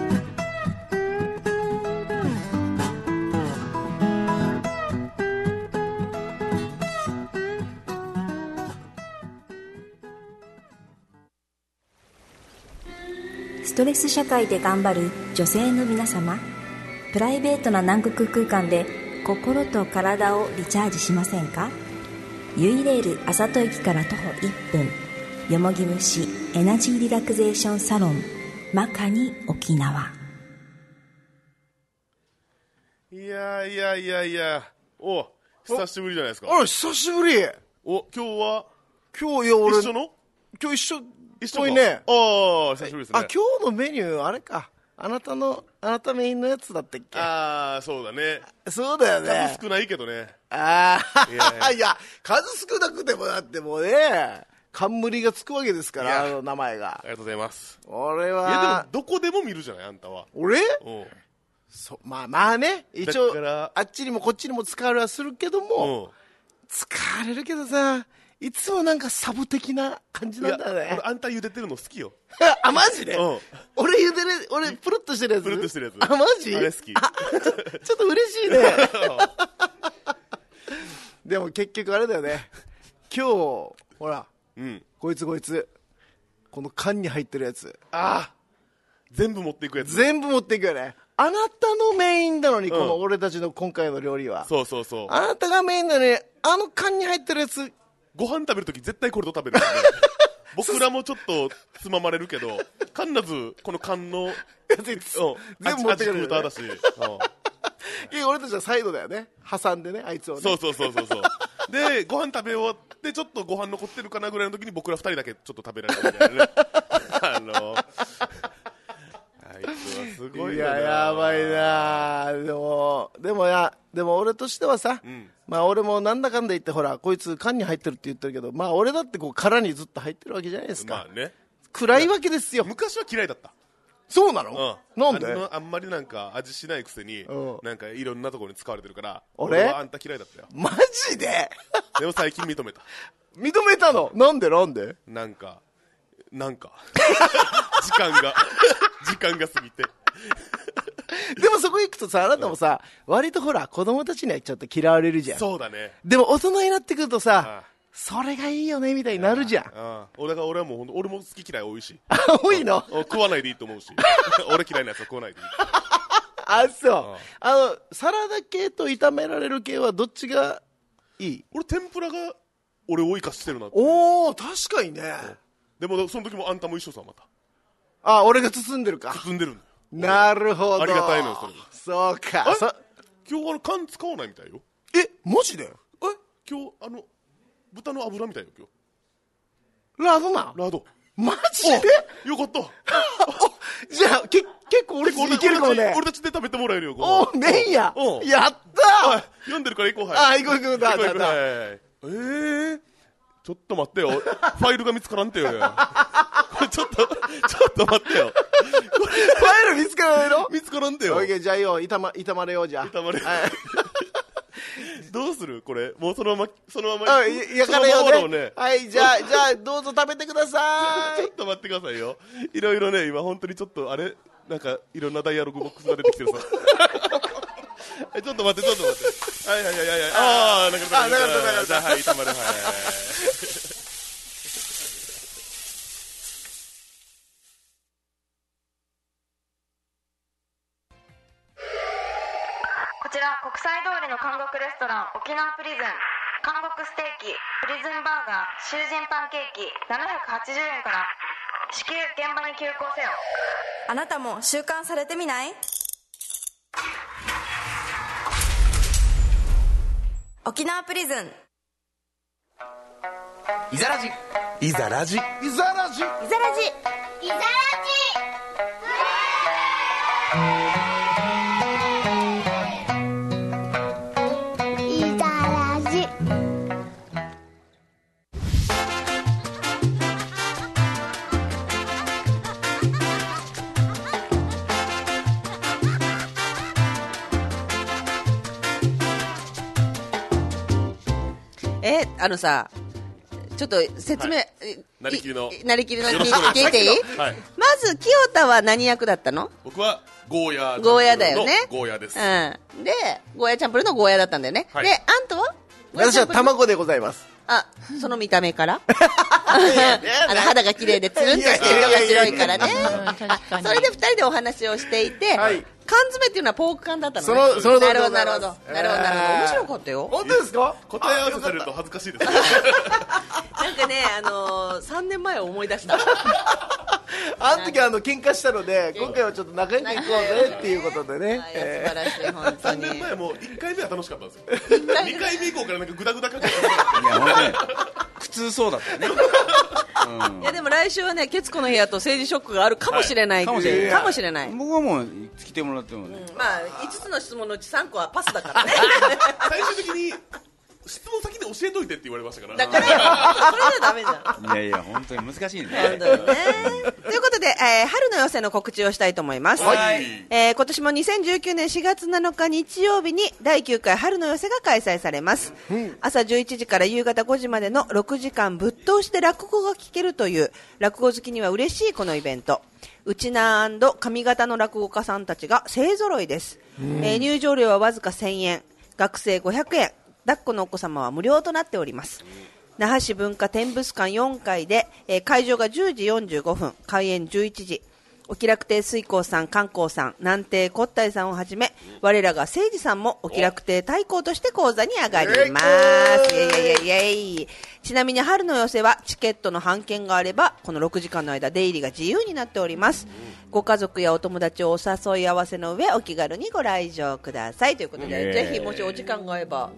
Speaker 10: ストレス社会で頑張る女性の皆様プライベートな南国空間で心と体をリチャージしませんかユイレールあざと駅から徒歩1分よもぎ虫エナジーリラクゼーションサロンマカニ沖縄
Speaker 2: いやいやいやいやお久しぶりじゃないですか
Speaker 4: あら、久しぶり。
Speaker 2: お今日は
Speaker 4: 今日、いや、俺、
Speaker 2: 一緒の
Speaker 4: 今日一緒、
Speaker 2: 一
Speaker 4: ぽ
Speaker 2: 緒
Speaker 4: い
Speaker 2: か
Speaker 4: ね。
Speaker 2: ああ久しぶりです
Speaker 4: あ、
Speaker 2: ね
Speaker 4: 今日のメニュー、あれか。あなたの、あなたメインのやつだったっけ
Speaker 2: ああそうだね
Speaker 4: そうだよね
Speaker 2: 数。少ないけどね
Speaker 4: あ
Speaker 2: いやいや
Speaker 4: あ、いや、数少なくてもだってもうね、冠がつくわけですから、あの名前
Speaker 2: あ
Speaker 4: が
Speaker 2: り。がとうございます
Speaker 4: 俺
Speaker 2: いや
Speaker 4: は、
Speaker 2: でもどこでも見るじゃないあんたは
Speaker 4: 俺
Speaker 2: うん
Speaker 4: そまあまあね、一応
Speaker 2: だから、
Speaker 4: あっちにもこっちにも使われはするけど
Speaker 2: うん
Speaker 4: も、使われるけどさ、いつもなんかサブ的な感じ
Speaker 2: い
Speaker 4: な
Speaker 2: や
Speaker 4: んだよね
Speaker 2: 俺。あんた茹でてるの好きよ
Speaker 4: あ、マジで、
Speaker 2: うん
Speaker 4: 俺茹でれ、俺プルッとしてるやつ
Speaker 2: プルッとしてるやつ
Speaker 4: あ、マジ
Speaker 2: あれ 好き
Speaker 4: あちょちょっと嬉しいね。 でも結局あれだよね。今日、ほら、
Speaker 2: うん
Speaker 4: こいつこいつ、この缶に入ってるやつ、
Speaker 2: ああ全部持っていくやつ
Speaker 4: 全部持っていくよね。あなたのメインなのに、この
Speaker 2: うん
Speaker 4: 俺たちの今回の料理は。
Speaker 2: そうそうそう
Speaker 4: あなたがメインなのに、あの缶に入ってるやつ、
Speaker 2: ご飯食べるとき絶対これと 食べるんで僕らもちょっとつままれるけどカンナズこの缶の全
Speaker 4: 全部持ってくるよね
Speaker 2: だし、うん
Speaker 4: いや俺たちはサイドだよね。挟んでね、あいつをね。
Speaker 2: そうそうそうそうそう。で、ご飯食べ終わって、ちょっとご飯残ってるかなぐらいの時に僕ら二人だけちょっと食べられたみたい なね。あの、あいつはすごい
Speaker 4: い
Speaker 2: よな
Speaker 4: や、やばい。なでも、でもや、でも俺としてはさ、
Speaker 2: ん
Speaker 4: まあ俺もなんだかんだ言って、ほら、こいつ缶に入ってるって言ってるけど、まあ俺だってこう殻にずっと入ってるわけじゃないですか。
Speaker 2: まあね。
Speaker 4: 暗いわけですよ。
Speaker 2: 昔は嫌いだった。
Speaker 4: そうな
Speaker 2: うん
Speaker 4: の、。なん
Speaker 2: あ
Speaker 4: で
Speaker 2: のあんまりなんか味しないくせに
Speaker 4: うん、
Speaker 2: なんかいろんなところに使われてるから、
Speaker 4: 俺
Speaker 2: はあんた嫌いだったよ。
Speaker 4: マジで
Speaker 2: でも最近認めた。
Speaker 4: 認めたのなんでなんで
Speaker 2: なんか、なんか、 時間が、時間が過ぎて。
Speaker 4: でもそこ行くとさ、あなたもさ、割とほら、子供たちにはちょっと嫌われるじゃん。
Speaker 2: そうだね。
Speaker 4: でも大人になってくるとさ
Speaker 2: あ、
Speaker 4: それがいいよね、みたいになるじゃん。
Speaker 2: うん。俺が、俺はもうほんと、俺も好き嫌い多いし。
Speaker 4: 多いの。
Speaker 2: お食わないでいいと思うし 俺嫌いなやつは食わないでいい
Speaker 4: あ、そう。あの、サラダ系と炒められる系はどっちがいい
Speaker 2: 俺天ぷらが俺を生かしてるなって
Speaker 4: おー、確かにね。
Speaker 2: でもその時もあんたも一緒さまた
Speaker 4: あ、俺が包んでるか。
Speaker 2: 包んでるのよ
Speaker 4: なるほど。
Speaker 2: ありがたいのよそれが
Speaker 4: そう
Speaker 2: あ
Speaker 4: か。
Speaker 2: れ
Speaker 4: そ
Speaker 2: 今日あの缶使わないみたいよ
Speaker 4: え、マジで
Speaker 2: え今日あの豚の油みたいよ今
Speaker 4: ラドな
Speaker 2: 日ラード
Speaker 4: マジで
Speaker 2: よかった
Speaker 4: おじゃあ、け、結構俺た ちいけるかもね
Speaker 2: 俺。たち俺たちで食べてもらえるよ
Speaker 4: お
Speaker 2: ここ
Speaker 4: メインや
Speaker 2: おう
Speaker 4: やっ
Speaker 2: おい
Speaker 4: た
Speaker 2: 読んでるから行こう
Speaker 4: あ、
Speaker 2: はい
Speaker 4: 行こう行こう、
Speaker 2: 行
Speaker 4: だ、
Speaker 2: こう行
Speaker 4: だ、
Speaker 2: こう
Speaker 4: だ。
Speaker 2: はいはいはいえーちょっと待ってよ。 ファイルが見つからんてよ。 これちょっと、ちょっと待ってよ。これ
Speaker 4: ファイル見つからないの
Speaker 2: 見つからんてよ。
Speaker 4: おいけ、じゃあよ、いたま、いたまれようじゃ。
Speaker 2: たまれよ
Speaker 4: はい
Speaker 2: どうするこれもうそのままそのまま
Speaker 4: あいやからよ
Speaker 2: そのままだろう
Speaker 4: ね。はい、じゃあ、じゃあ、どうぞ食べてくださ
Speaker 2: ちょっと待ってくださいよいろいろね今本当にちょっとあれなんかいろんなダイアログボックスが出てきてるさ えちょっと待ってちょっと待ってはいはいはいはいはいああ流れた
Speaker 4: あ流れた流れた
Speaker 2: じゃあはいたまるはいはいはい
Speaker 11: こちら国際通りの韓国レストラン沖縄プリズン韓国ステーキプリズンバーガー囚人パンケーキ780円から至急現場に急行せよ
Speaker 10: あなたも習慣されてみない沖縄プリズン
Speaker 9: イザラジ
Speaker 1: いざラジ
Speaker 4: い。いざらじ。
Speaker 10: イザラジ
Speaker 11: いざらじ
Speaker 3: いたらじ。
Speaker 5: えあのさちょっと説明、
Speaker 2: は
Speaker 5: え
Speaker 2: なりきりの
Speaker 5: いなりきりの
Speaker 2: よろしくお願いし
Speaker 5: 聞
Speaker 2: ま
Speaker 5: い
Speaker 2: す
Speaker 5: ていい、
Speaker 2: はい
Speaker 5: まず清田は何役だったの
Speaker 2: 僕はゴーヤー
Speaker 5: ゴーヤだよね
Speaker 2: ゴーヤです、
Speaker 5: うん、でゴーヤチャンプルーのゴーヤだったんだよね、
Speaker 2: はい
Speaker 5: であんたはゴーヤ
Speaker 4: 私
Speaker 5: チャ
Speaker 4: は
Speaker 5: ンプルー
Speaker 4: 卵でございます。
Speaker 5: あその見た目から あの肌が綺麗でつるんとしてるのが白いからねあそれで2人でお話をしていて、
Speaker 4: はい
Speaker 5: 缶詰っていうのはポーク缶だったのね
Speaker 4: そのその通
Speaker 5: な
Speaker 4: り
Speaker 5: る
Speaker 4: でご
Speaker 5: ほどな
Speaker 4: ざいま
Speaker 5: るほ
Speaker 4: す
Speaker 5: どなるほどなるほど面白かったよ
Speaker 4: 本当ですか
Speaker 2: 答え合わせされると恥ずかしいです
Speaker 5: なんかね、あのー、3年前を思い出 した
Speaker 4: あの時あの喧嘩したので、今回はちょっと仲良く行こうぜっていうことでね。
Speaker 5: いや
Speaker 4: え
Speaker 5: 素晴らしい本当
Speaker 2: 3
Speaker 5: に
Speaker 2: 年前も1回目は楽しかったんですよ2回目以降からなんかグダグダかけて
Speaker 6: いや、ほんとね、苦痛そうだったよね。
Speaker 5: いやでも来週はね徹子の部屋と政治ショックがあるかもしれない、
Speaker 6: かもしれない
Speaker 5: かもしれない
Speaker 6: 僕はもう、来てもらってもね。
Speaker 5: まあ5つの質問のうち3個はパスだ からね
Speaker 2: 最終的に質問先に教えといてって言われましたから
Speaker 5: だからそれじゃダメじゃん
Speaker 6: いやいや、本当に難しいね。
Speaker 5: 本当にねということで、えー春の寄せの告知をしたいと思います、
Speaker 2: はい
Speaker 5: えー今年も2019年4月7日日曜日に第9回春の寄せが開催されます、朝11時から夕方5時までの6時間ぶっ通して落語が聞けるという落語好きには嬉しいこのイベントうちなー上方の落語家さんたちが勢ぞろいです、えー入場料はわずか1000円学生500円抱っこのお子様は無料となっております那覇市文化展物館4階で、えー会場が10時45分開演11時お気楽亭水光さん、観光さん、南亭こったいさんをはじめ、我らが誠治さんもお気楽亭対抗として講座に上がります。イエイエイエイエイちなみに春の寄せはチケットの半券があれば、この6時間の間出入りが自由になっております。ご家族やお友達をお誘い合わせの上、お気軽にご来場ください。ということ
Speaker 6: イエ
Speaker 5: で、
Speaker 6: イ
Speaker 5: ぜひもしお時間が合えば、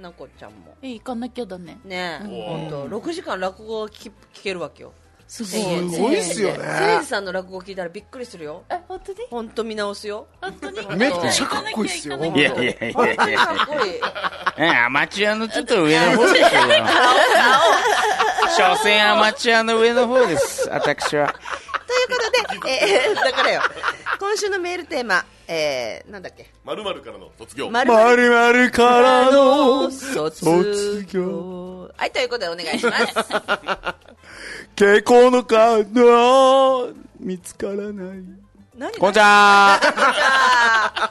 Speaker 5: なこちゃんも。
Speaker 7: え行かなきゃだね
Speaker 5: ねえ、本当6時間落語を聞き聞けるわけよす
Speaker 7: ごいすごいっすよね
Speaker 5: 誠治さんの落語聞いたらびっくりするよえ
Speaker 7: 本当に
Speaker 5: 本当見直すよ
Speaker 7: 本当に
Speaker 4: めっちゃかっこいいっすよ。
Speaker 6: いやいやいやいや
Speaker 5: かっこいい
Speaker 6: えアマチュアのちょっと上の方ですよ。所詮アマチュアの上の方です、私は。
Speaker 5: ということで、えー、 だからよ今週のメールテーマえー、なんだっけ
Speaker 2: まるまるからの卒業。
Speaker 5: まるまる
Speaker 6: まる
Speaker 5: からの卒
Speaker 6: 業。
Speaker 5: はいということでお願いします
Speaker 6: 蛍光のカード見つからない。
Speaker 5: 何
Speaker 6: こんちゃー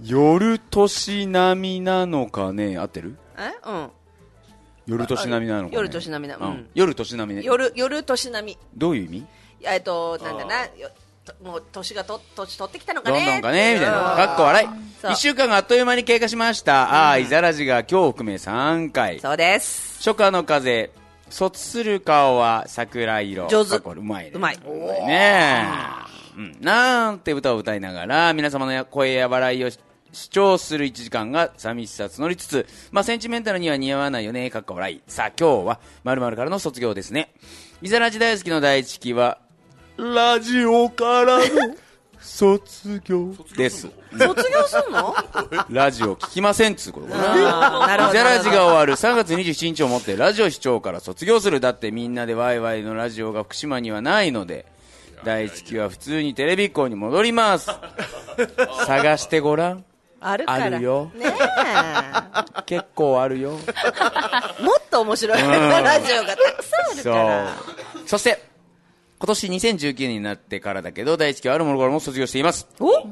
Speaker 6: 夜年並みなのかね合ってる
Speaker 5: えうん
Speaker 6: 夜年並みなのかね
Speaker 5: 夜年並みなうん
Speaker 6: うん夜年並みね。
Speaker 5: 夜夜年並み
Speaker 6: どういう意味
Speaker 5: えっとなんだなよともう年がと年取ってきたのかね
Speaker 6: どんどんかねみたいな。かっこ
Speaker 5: い
Speaker 6: 笑い。
Speaker 5: そう
Speaker 6: 一週間があっという間に経過しました。ああー、イザラジが今日を含め3回。
Speaker 5: そうです
Speaker 6: 初夏の風、卒する顔は桜色。
Speaker 5: 上手
Speaker 6: かっこうまいね。
Speaker 5: うまい
Speaker 6: ねえ。うん。なんて歌を歌いながら、皆様の声や笑いを主張する1時間が寂しさ募りつつ、まあ、センチメンタルには似合わないよね、かっこ笑い。さあ、今日は、まるからの卒業ですね。イザラジ大好きの第一期は、ラジオからの卒業です。
Speaker 5: 卒業すん の
Speaker 6: ラジオ聞きませんっつうことかな。
Speaker 5: なるほ
Speaker 6: イ
Speaker 5: ど
Speaker 6: ザ
Speaker 5: なる
Speaker 6: ラ
Speaker 5: ほ
Speaker 6: ジ
Speaker 5: ど
Speaker 6: が終わる3月27日をもってラジオ視聴から卒業する。だってみんなでワイワイのラジオが福島にはないので、第一期は普通にテレビ校に戻ります。探してごらん。
Speaker 5: あるから
Speaker 6: あるよ
Speaker 5: ねえ
Speaker 6: 結構あるよ。
Speaker 5: もっと面白いラジオがたくさんあるか
Speaker 6: そ
Speaker 5: ら
Speaker 6: う。そして、今年2019年になってからだけど、第一期はあるものからも卒業しています。
Speaker 5: お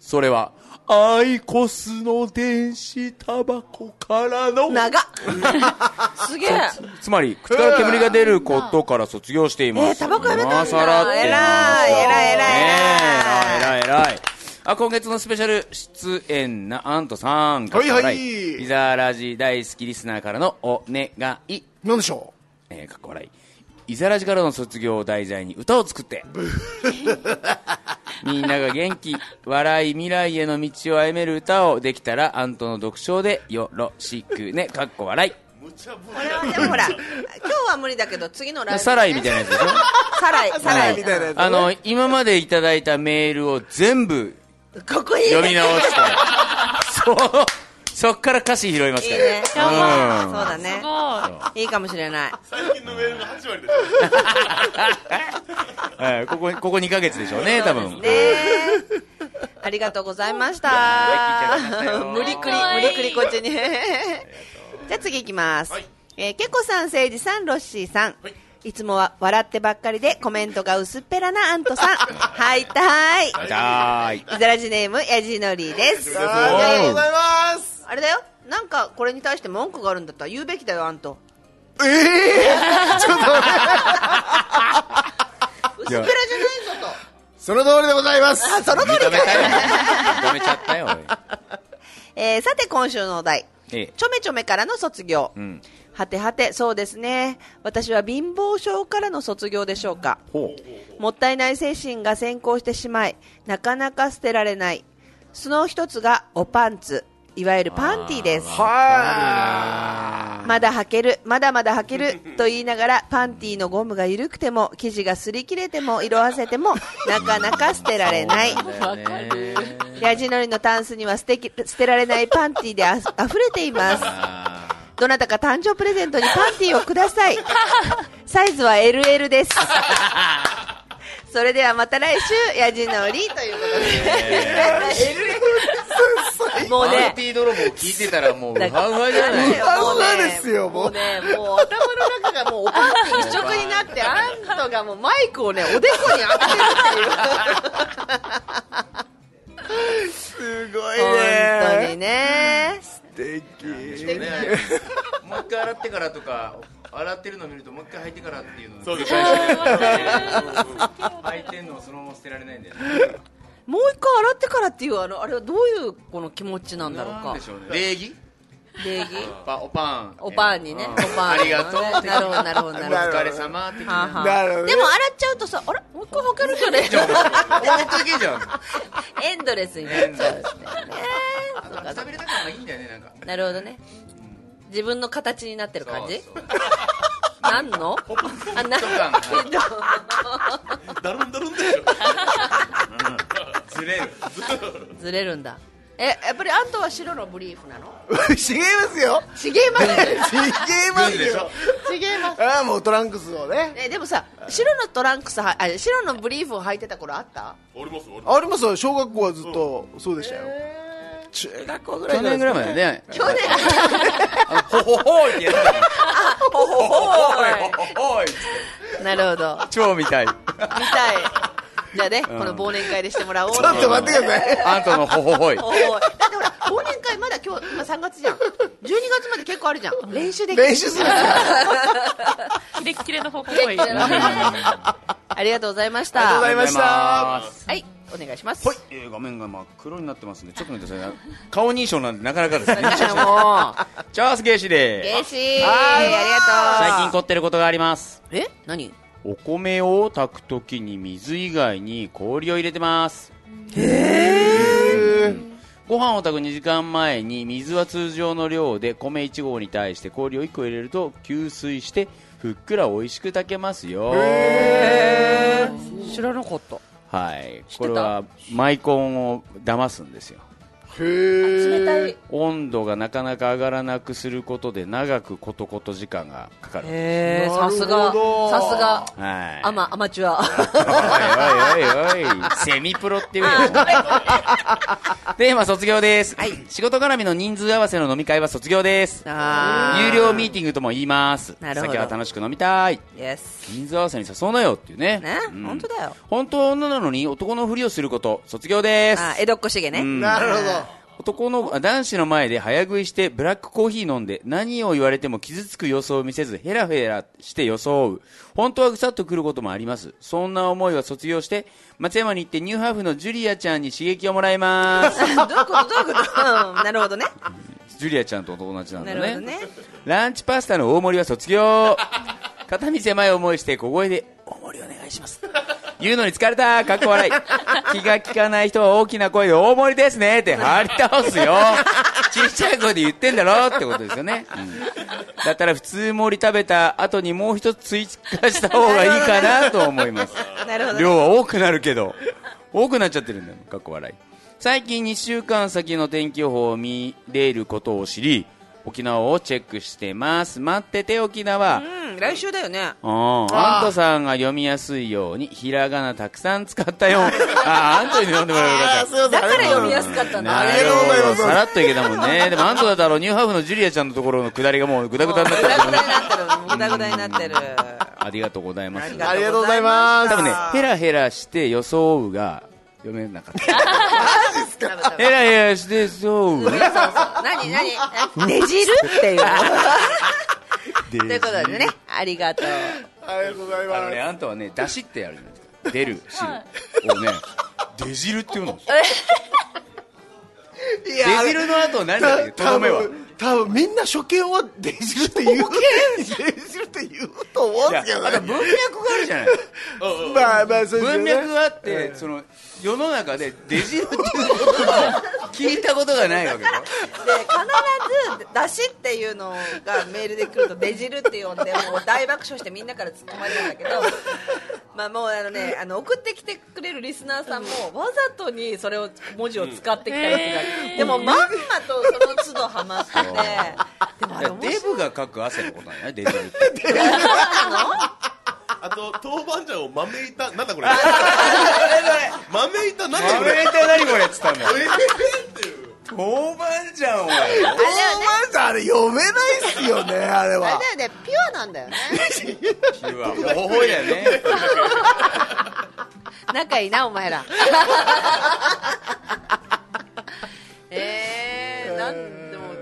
Speaker 6: それは、アイコスの電子タバコからの
Speaker 5: 長っ すげえ
Speaker 6: つまり、口から煙が出ることから卒業しています。
Speaker 5: えータバコやめたんだ
Speaker 6: 今更って言ますよ
Speaker 5: 偉い偉い偉い
Speaker 6: ねえ偉い偉いあ今月のスペシャル出演な、アントさんから、
Speaker 4: はいはい
Speaker 6: ピザラジ大好きリスナーからのお願い。
Speaker 4: なんでしょ
Speaker 6: えー、かっこ笑い。イザラジからの卒業を題材に歌を作って。 みんなが元気、笑い、未来への道を歩める歌をできたら、アントの読唱でよろしく ね。かっこ笑い。
Speaker 5: これはでもほら今日は無理だけど次のライブね
Speaker 6: サライみたいなやつでしょ
Speaker 5: サライサライ
Speaker 4: みたいなやつ
Speaker 6: あの、今までいただいたメールを全部
Speaker 5: かっこいい
Speaker 6: 読み直して、そう、そっから歌詞拾います
Speaker 5: い
Speaker 6: か
Speaker 5: い
Speaker 6: ら。
Speaker 5: ねそうだね
Speaker 7: ご
Speaker 5: いいかもしれない
Speaker 2: 最近のメールが8割です。
Speaker 6: はいここ、ここ2ヶ月でしょうね、多分。
Speaker 5: ねえありがとうございました
Speaker 6: いや聞いちゃいましたよ
Speaker 5: 無理くり無理くりこっちにじゃあ次いきます、えーけこさんせいじさんロッシーさん、いつもは笑ってばっかりでコメントが薄っぺらなアントさん はいたーい
Speaker 6: はーい。
Speaker 5: イザラジネームやじのりです
Speaker 4: う。ありがとうございます。
Speaker 5: あれだよなんかこれに対して文句があるんだったら言うべきだよあんと
Speaker 4: ええちょっと待って
Speaker 5: 薄っぺらじゃないぞ
Speaker 4: その通りでございます。あ、その
Speaker 6: 認めたよ。認めちゃったよ、
Speaker 5: と、えーさて今週のお題
Speaker 6: おいええ
Speaker 5: ちょめちょめからの卒業、
Speaker 6: うん。
Speaker 5: はてはて、そうですね。私は貧乏症からの卒業でしょうか。
Speaker 6: ほう。
Speaker 5: もったいない精神が先行してしまい、なかなか捨てられない。その一つがおパンツ、いわゆるパンティです。まだ履ける、まだまだ履けると言いながら、パンティのゴムが緩くても、生地が擦り切れても、色あせても、なかなか捨てられない。
Speaker 6: わかる。
Speaker 5: ヤジノリのタンスには捨てき捨てられないパンティであふ溢れています。どなたか誕生プレゼントにパンティーをくださ い。サイズは LL です。 それではまた来週、やじのりという ことで。もう
Speaker 6: パン
Speaker 5: ね
Speaker 6: テ、ィ泥棒聞いてたらもう、ウハウハじゃな
Speaker 5: も
Speaker 6: い。
Speaker 5: うね
Speaker 4: そうですよもう
Speaker 5: もうね、もう頭の中がもうおパンティー一色になって、あんたがもうマイクをね、おでこに当てる
Speaker 4: すごい
Speaker 5: っていう。本当
Speaker 4: ね。
Speaker 5: にね。
Speaker 6: でしょうねもう一回洗ってからとか洗ってるの見るともう一回履いてからっていうの
Speaker 2: そうです
Speaker 6: ね
Speaker 2: ね。
Speaker 6: 履いててんのをそのまま捨てられないんだよ
Speaker 5: もう一回洗ってからっていうあのあれはどういうこの気持ちなんだろうか
Speaker 6: なんでしょうね礼儀
Speaker 5: 礼儀
Speaker 6: パおパ ン
Speaker 5: おパンにね、おパン
Speaker 6: ありがとう
Speaker 5: なるほどなるほどなるほど
Speaker 6: お疲れ様的な
Speaker 5: はあはあ
Speaker 6: なるほどね
Speaker 5: でも洗っちゃうとさあれもう一回履けるじゃね
Speaker 6: おかげじゃん
Speaker 5: エンドレスになっちゃうしねえそうかそう
Speaker 6: 食べれたからいいんだよねなんか
Speaker 5: かなるほどね自分の形になってる感じ
Speaker 6: そう
Speaker 5: なんのあなん
Speaker 6: 感
Speaker 5: ど
Speaker 2: だるんだるんでしょ
Speaker 6: ずれる
Speaker 5: ずれるんだえやっぱりあんたは白のブリーフなの
Speaker 4: 違いますよ
Speaker 5: 違います
Speaker 4: 違います
Speaker 6: でし
Speaker 4: よ
Speaker 6: ょ
Speaker 5: 違います
Speaker 4: ああもうトランクスをね
Speaker 5: えでもさ白のトランクスはあ白のブリーフを履いてた頃あった
Speaker 2: おりますよおります
Speaker 4: ありますよ小学校はずっとそうでしたよ中学校ぐらい
Speaker 6: 去年ぐらいま
Speaker 4: で
Speaker 6: でね
Speaker 5: 去年
Speaker 6: あのほほほーいってやってたの
Speaker 5: ほほほ
Speaker 6: ほほほーいっ て
Speaker 5: なるほど
Speaker 6: 超みたい
Speaker 5: 見たいじゃあね、この忘年会でしてもらおう
Speaker 4: ちょっと待ってください
Speaker 6: あんたのほほほい
Speaker 5: おいだってほら忘年会まだ今日今3月じゃん12月まで結構あるじゃん練習できる
Speaker 4: 練習するんですよ
Speaker 12: キレッキレの方向がいい。
Speaker 5: ありがとうございました
Speaker 4: ありがとうございました
Speaker 5: はいお願いします
Speaker 6: はい、えー画面が真っ黒になってますんで、ちょっと待ってくださいね。顔認証なんてなかなか ですね。
Speaker 5: も
Speaker 6: チャースゲイシ
Speaker 5: う
Speaker 6: で
Speaker 5: 嬉
Speaker 6: す。
Speaker 5: しいあり
Speaker 6: 最
Speaker 5: が
Speaker 6: 近
Speaker 5: とう
Speaker 6: 凝ってることがあります。
Speaker 5: 最近え何
Speaker 6: お米を炊くときに水以外に氷を入れてます。ご飯を炊く2時間前に水は通常の量で米1合に対して氷を1個入れると吸水してふっくら美味しく炊けますよ。
Speaker 5: 知らなかった
Speaker 6: はい、
Speaker 5: てた
Speaker 6: これはマイコンを騙すんですよ。
Speaker 5: 冷たい
Speaker 6: 温度がなかなか上がらなくすることで長くことこと時間がかかる。
Speaker 5: えー、さすがさすが
Speaker 6: はい。
Speaker 5: アマアマチュ ア
Speaker 6: おいおいおいおい。セミプロって言うよ。テーマ卒業です。仕事絡みの人数合わせの飲み会は卒業です。
Speaker 5: あー
Speaker 6: 有料ミーティングとも言います。
Speaker 5: なるほど
Speaker 6: 酒は楽しく飲みたい。
Speaker 5: イエス
Speaker 6: 人数合わせに誘うなよっていうね。
Speaker 5: ね、
Speaker 6: うん
Speaker 5: 本当だよ
Speaker 6: 本当は女なのに男のふりをすること、卒業です。
Speaker 5: あ江戸っ子しげね、
Speaker 6: うん
Speaker 4: なるほ
Speaker 6: 男のあ男子の前で早食いしてブラックコーヒー飲んで何を言われても傷つく様子を見せずヘラヘラして装う本当はぐさっとくることもありますそんな思いは卒業して松山に行ってニューハーフのジュリアちゃんに刺激をもらいま す
Speaker 5: どういうことどういうこと、うん、なるほどね
Speaker 6: ジュリアちゃんとお友達なん
Speaker 5: な
Speaker 6: だ
Speaker 5: る
Speaker 6: ね
Speaker 5: ほどね
Speaker 6: ランチパスタの大盛りは 卒業片身狭い思いして小声で大盛りお願いします言うのに疲れたかっこ笑い気が利かない人は大きな声で大盛りですねって張り倒すよちっちゃい声で言ってんだろってことですよね、うんだったら普通盛り食べた後にもう一つ追加した方がいいかなと思います
Speaker 5: なるほどね
Speaker 6: 量は多くなるけど多くなっちゃってるんだよかっこ笑い最近2週間先の天気予報を見れることを知り沖縄をチェックしてます待ってて沖縄、
Speaker 5: うん来週だよね
Speaker 6: ああアントさんが読みやすいようにひらがなたくさん使った よああアントに読んでもらえばよかっ
Speaker 5: だ
Speaker 6: た
Speaker 5: から読みやすかったんだ
Speaker 4: りがとうございます
Speaker 6: なるほどさらっといけたもん ねでもアントだったらニューハーフのジュリアちゃんのところの下りがもうグダグダになってる
Speaker 5: ぐだぐだになってるぐだぐだになってる
Speaker 6: ありがとうございます
Speaker 4: ありがとうございます
Speaker 6: 多分ねヘラヘラして装うが読めなかった
Speaker 5: 多分多分
Speaker 6: ヘラヘラして装う
Speaker 5: そうそう何何 ねじるっていうということでねありがとう
Speaker 4: ありがとうござい
Speaker 6: あの
Speaker 4: ま
Speaker 6: ね、
Speaker 4: す
Speaker 6: あんたはね、出しってやるじゃないですか。出る、汁。をね、出汁って言うの。
Speaker 4: い
Speaker 6: 出
Speaker 4: やあれ
Speaker 6: 汁の後何だっけとどめは
Speaker 4: 多。分多分みんな初見はデジルって言うデジルって言うと思うん
Speaker 6: い
Speaker 4: で
Speaker 6: や
Speaker 4: すけど
Speaker 6: あ
Speaker 4: ね
Speaker 6: と文脈があるじゃない
Speaker 4: まあまあそうですよね
Speaker 6: 文脈があってその世の中で出汁っていうことも聞いたことがないわけよ
Speaker 5: で必ず「だし」っていうのがメールで来ると「でじる」って呼んでもう大爆笑してみんなから突っ込まれるん だけどまあもうあのねあの送ってきてくれるリスナーさんもわざとにそれを文字を使ってきたりするわけでもまんまとその都度ハマっててでもあ
Speaker 6: い
Speaker 5: れ
Speaker 6: や
Speaker 5: 面
Speaker 6: デ
Speaker 5: 白い
Speaker 6: ブが書く汗のことなんだね出汁って
Speaker 2: あと豆板醤を豆板なん だこれ豆板なんだこれ
Speaker 6: 豆板何これっつったんだよ
Speaker 2: えーっていう
Speaker 6: 豆板醤を
Speaker 5: あれだよね
Speaker 4: あれ読めないっすよねあれ
Speaker 5: あれ
Speaker 4: は
Speaker 5: だよねピュアなんだよね
Speaker 6: 言うわほほいだよね
Speaker 5: 仲いいなお前 らえー、なんでも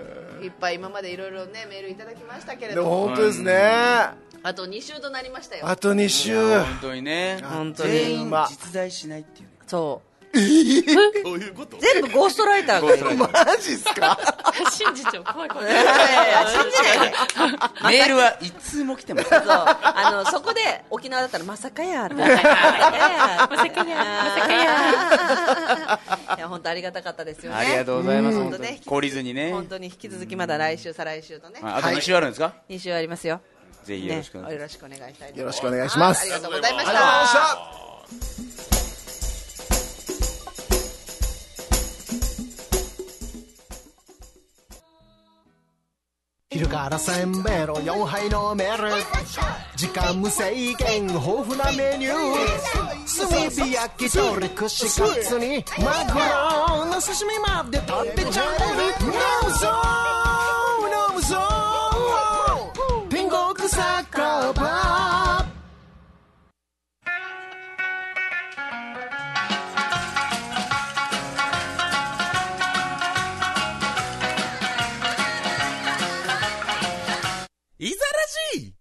Speaker 5: いっぱい今までいろいろねメールいただきましたけれ
Speaker 4: でも
Speaker 5: ども
Speaker 4: 本当ですねあ
Speaker 5: あと2週となりましたよ
Speaker 4: あと2週
Speaker 6: 本当にね
Speaker 5: 本当に
Speaker 6: 全員実在しないっていうね
Speaker 5: そう
Speaker 6: そういうこと
Speaker 5: 全部ゴーストライターがいる
Speaker 6: ゴーストライター
Speaker 4: マジっすか
Speaker 12: 信じちゃう怖い怖い
Speaker 5: いやいや信じない
Speaker 6: メールはいつも来てます
Speaker 5: そうあのそこで沖縄だったらまさかやってまさか やまさかやいや本当ありがたかったですよね
Speaker 6: ありがとうございます
Speaker 5: 本当ね
Speaker 6: 本当懲りずにね
Speaker 5: 本当に引き続きまだ来週再来週とね
Speaker 6: はいあと2週あるんですか
Speaker 5: 2週ありますよ
Speaker 6: ぜひよろしくお願いしま
Speaker 5: ね
Speaker 6: す
Speaker 5: よろしくお願
Speaker 4: よろしくお願い
Speaker 5: いしたいと思います
Speaker 4: します
Speaker 5: ありがとうございまし
Speaker 4: ありがとうございましたた
Speaker 8: 昼からせんべろ4杯のメール時間無制限豊富なメニュー炭火焼き鳥串カツにマグロの刺身まで食べちゃう飲むぞ飲むぞ天国サッカーパ
Speaker 13: いざらし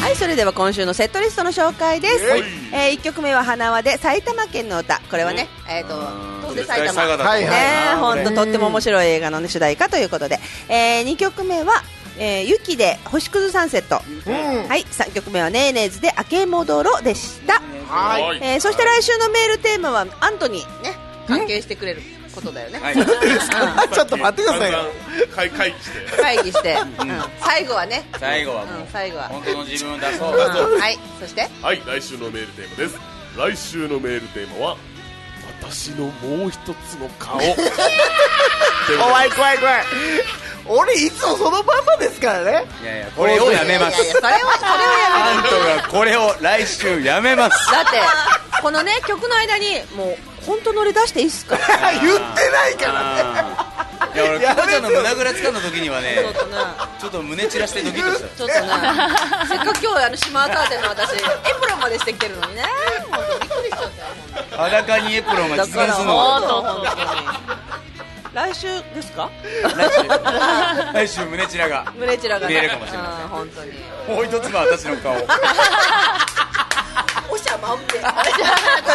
Speaker 5: はいそれでは今週のセットリストの紹介です、
Speaker 13: はい
Speaker 5: え1曲目は「花輪」で埼玉県の歌これはね、えっ、と飛んで埼玉
Speaker 13: そうですね佐賀だとはいはい
Speaker 5: ね本
Speaker 13: う
Speaker 5: 当
Speaker 13: ん
Speaker 5: とっても面白い映画の、ね、主題歌ということで、え2曲目は「えー、雪」で「星屑サンセット」
Speaker 13: うん
Speaker 5: はい、3曲目は「ねーねーず」で「明け戻ろ」でした
Speaker 13: はい
Speaker 5: えーそして来週のメールテーマはアントニーね関係してくれることだよね、
Speaker 4: ちょっと待ってくださいよ
Speaker 2: 会会議して
Speaker 5: 会議して、うん最後はね
Speaker 2: 最後は
Speaker 5: うん最後は
Speaker 2: 本当の自分を出
Speaker 5: うんはいそして
Speaker 2: はい来週のメールテーマです来週のメールテーマは私のもう一つの顔
Speaker 4: 怖い怖い怖い俺いつもそのまんまですからね
Speaker 6: いやいやこれをやめます
Speaker 5: いやいやそれはそれはや
Speaker 6: あん
Speaker 5: め
Speaker 6: た
Speaker 5: て
Speaker 6: がこれを来週やめます
Speaker 5: だってこのね曲の間にもう本当乗り出していいっすか言ってないからね
Speaker 6: いや俺クマちゃんの胸ぐらつかんだ時にはね
Speaker 5: ちょっとな
Speaker 6: ちょっと胸散らしてドキッとした
Speaker 5: ちょっとねせっかく今日あの島アカーテンの私エプロンまでしてきてるのにね本当びっくりしちゃったよ
Speaker 6: 裸にエプロンが実現するの
Speaker 5: だから本当に来週ですか
Speaker 6: 来週胸散らが
Speaker 5: 胸ちらがね
Speaker 6: 見えるかもしれま
Speaker 5: うん本当に
Speaker 6: せんもう一つの私の顔
Speaker 5: おしゃまんべ という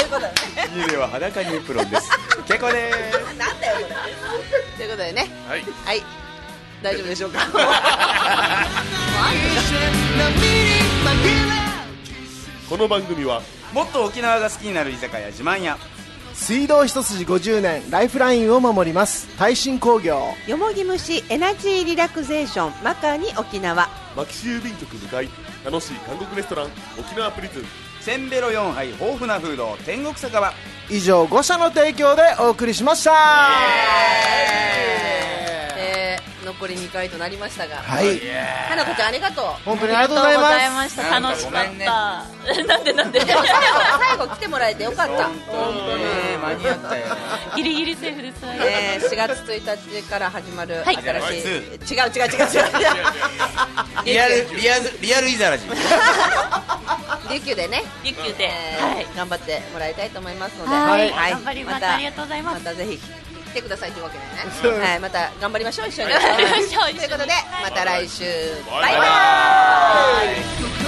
Speaker 5: ことで
Speaker 6: 家では裸にエプロンです結構で
Speaker 5: なんだよこれということでね
Speaker 6: はい
Speaker 5: はい大丈夫で しょうか
Speaker 6: この番組はもっと沖縄が好きになる居酒屋自慢屋
Speaker 4: 水道一筋50年ライフラインを守ります耐震工業
Speaker 5: よもぎ虫エナジーリラクゼーションマカに沖縄
Speaker 2: 牧師郵便局向かい楽しい韓国レストラン沖縄プリズン
Speaker 6: せんべろ4杯豊富なフード天国酒場
Speaker 4: 以上5社の提供でお送りしました
Speaker 5: えー残り2回となりましたが
Speaker 4: はい
Speaker 5: 花子ちゃんあり がとう
Speaker 4: 本当にありがとうございます
Speaker 12: ありがとうございました楽しかっ たなんでなんで
Speaker 5: でも最後最後来てもらえてよかった
Speaker 6: 間に合ったよ
Speaker 12: ギリギリセーフです
Speaker 5: ねえ4月1日から始まる
Speaker 12: はい
Speaker 5: 新しい、違う違う違う違う
Speaker 6: リアルリアルリアルイザラジ
Speaker 5: 琉球でね
Speaker 12: 琉球で、
Speaker 5: はい、頑張ってもらいたいと思いますので
Speaker 12: はい頑張りますありが
Speaker 5: とうございますまたぜひ来てくださいというわけ
Speaker 12: そ
Speaker 5: で
Speaker 12: う
Speaker 5: ね、
Speaker 12: です
Speaker 5: はい、また頑張りましょう一緒に
Speaker 12: 頑張りましょう
Speaker 5: ということでまた来週
Speaker 12: バイバ
Speaker 5: バイバイ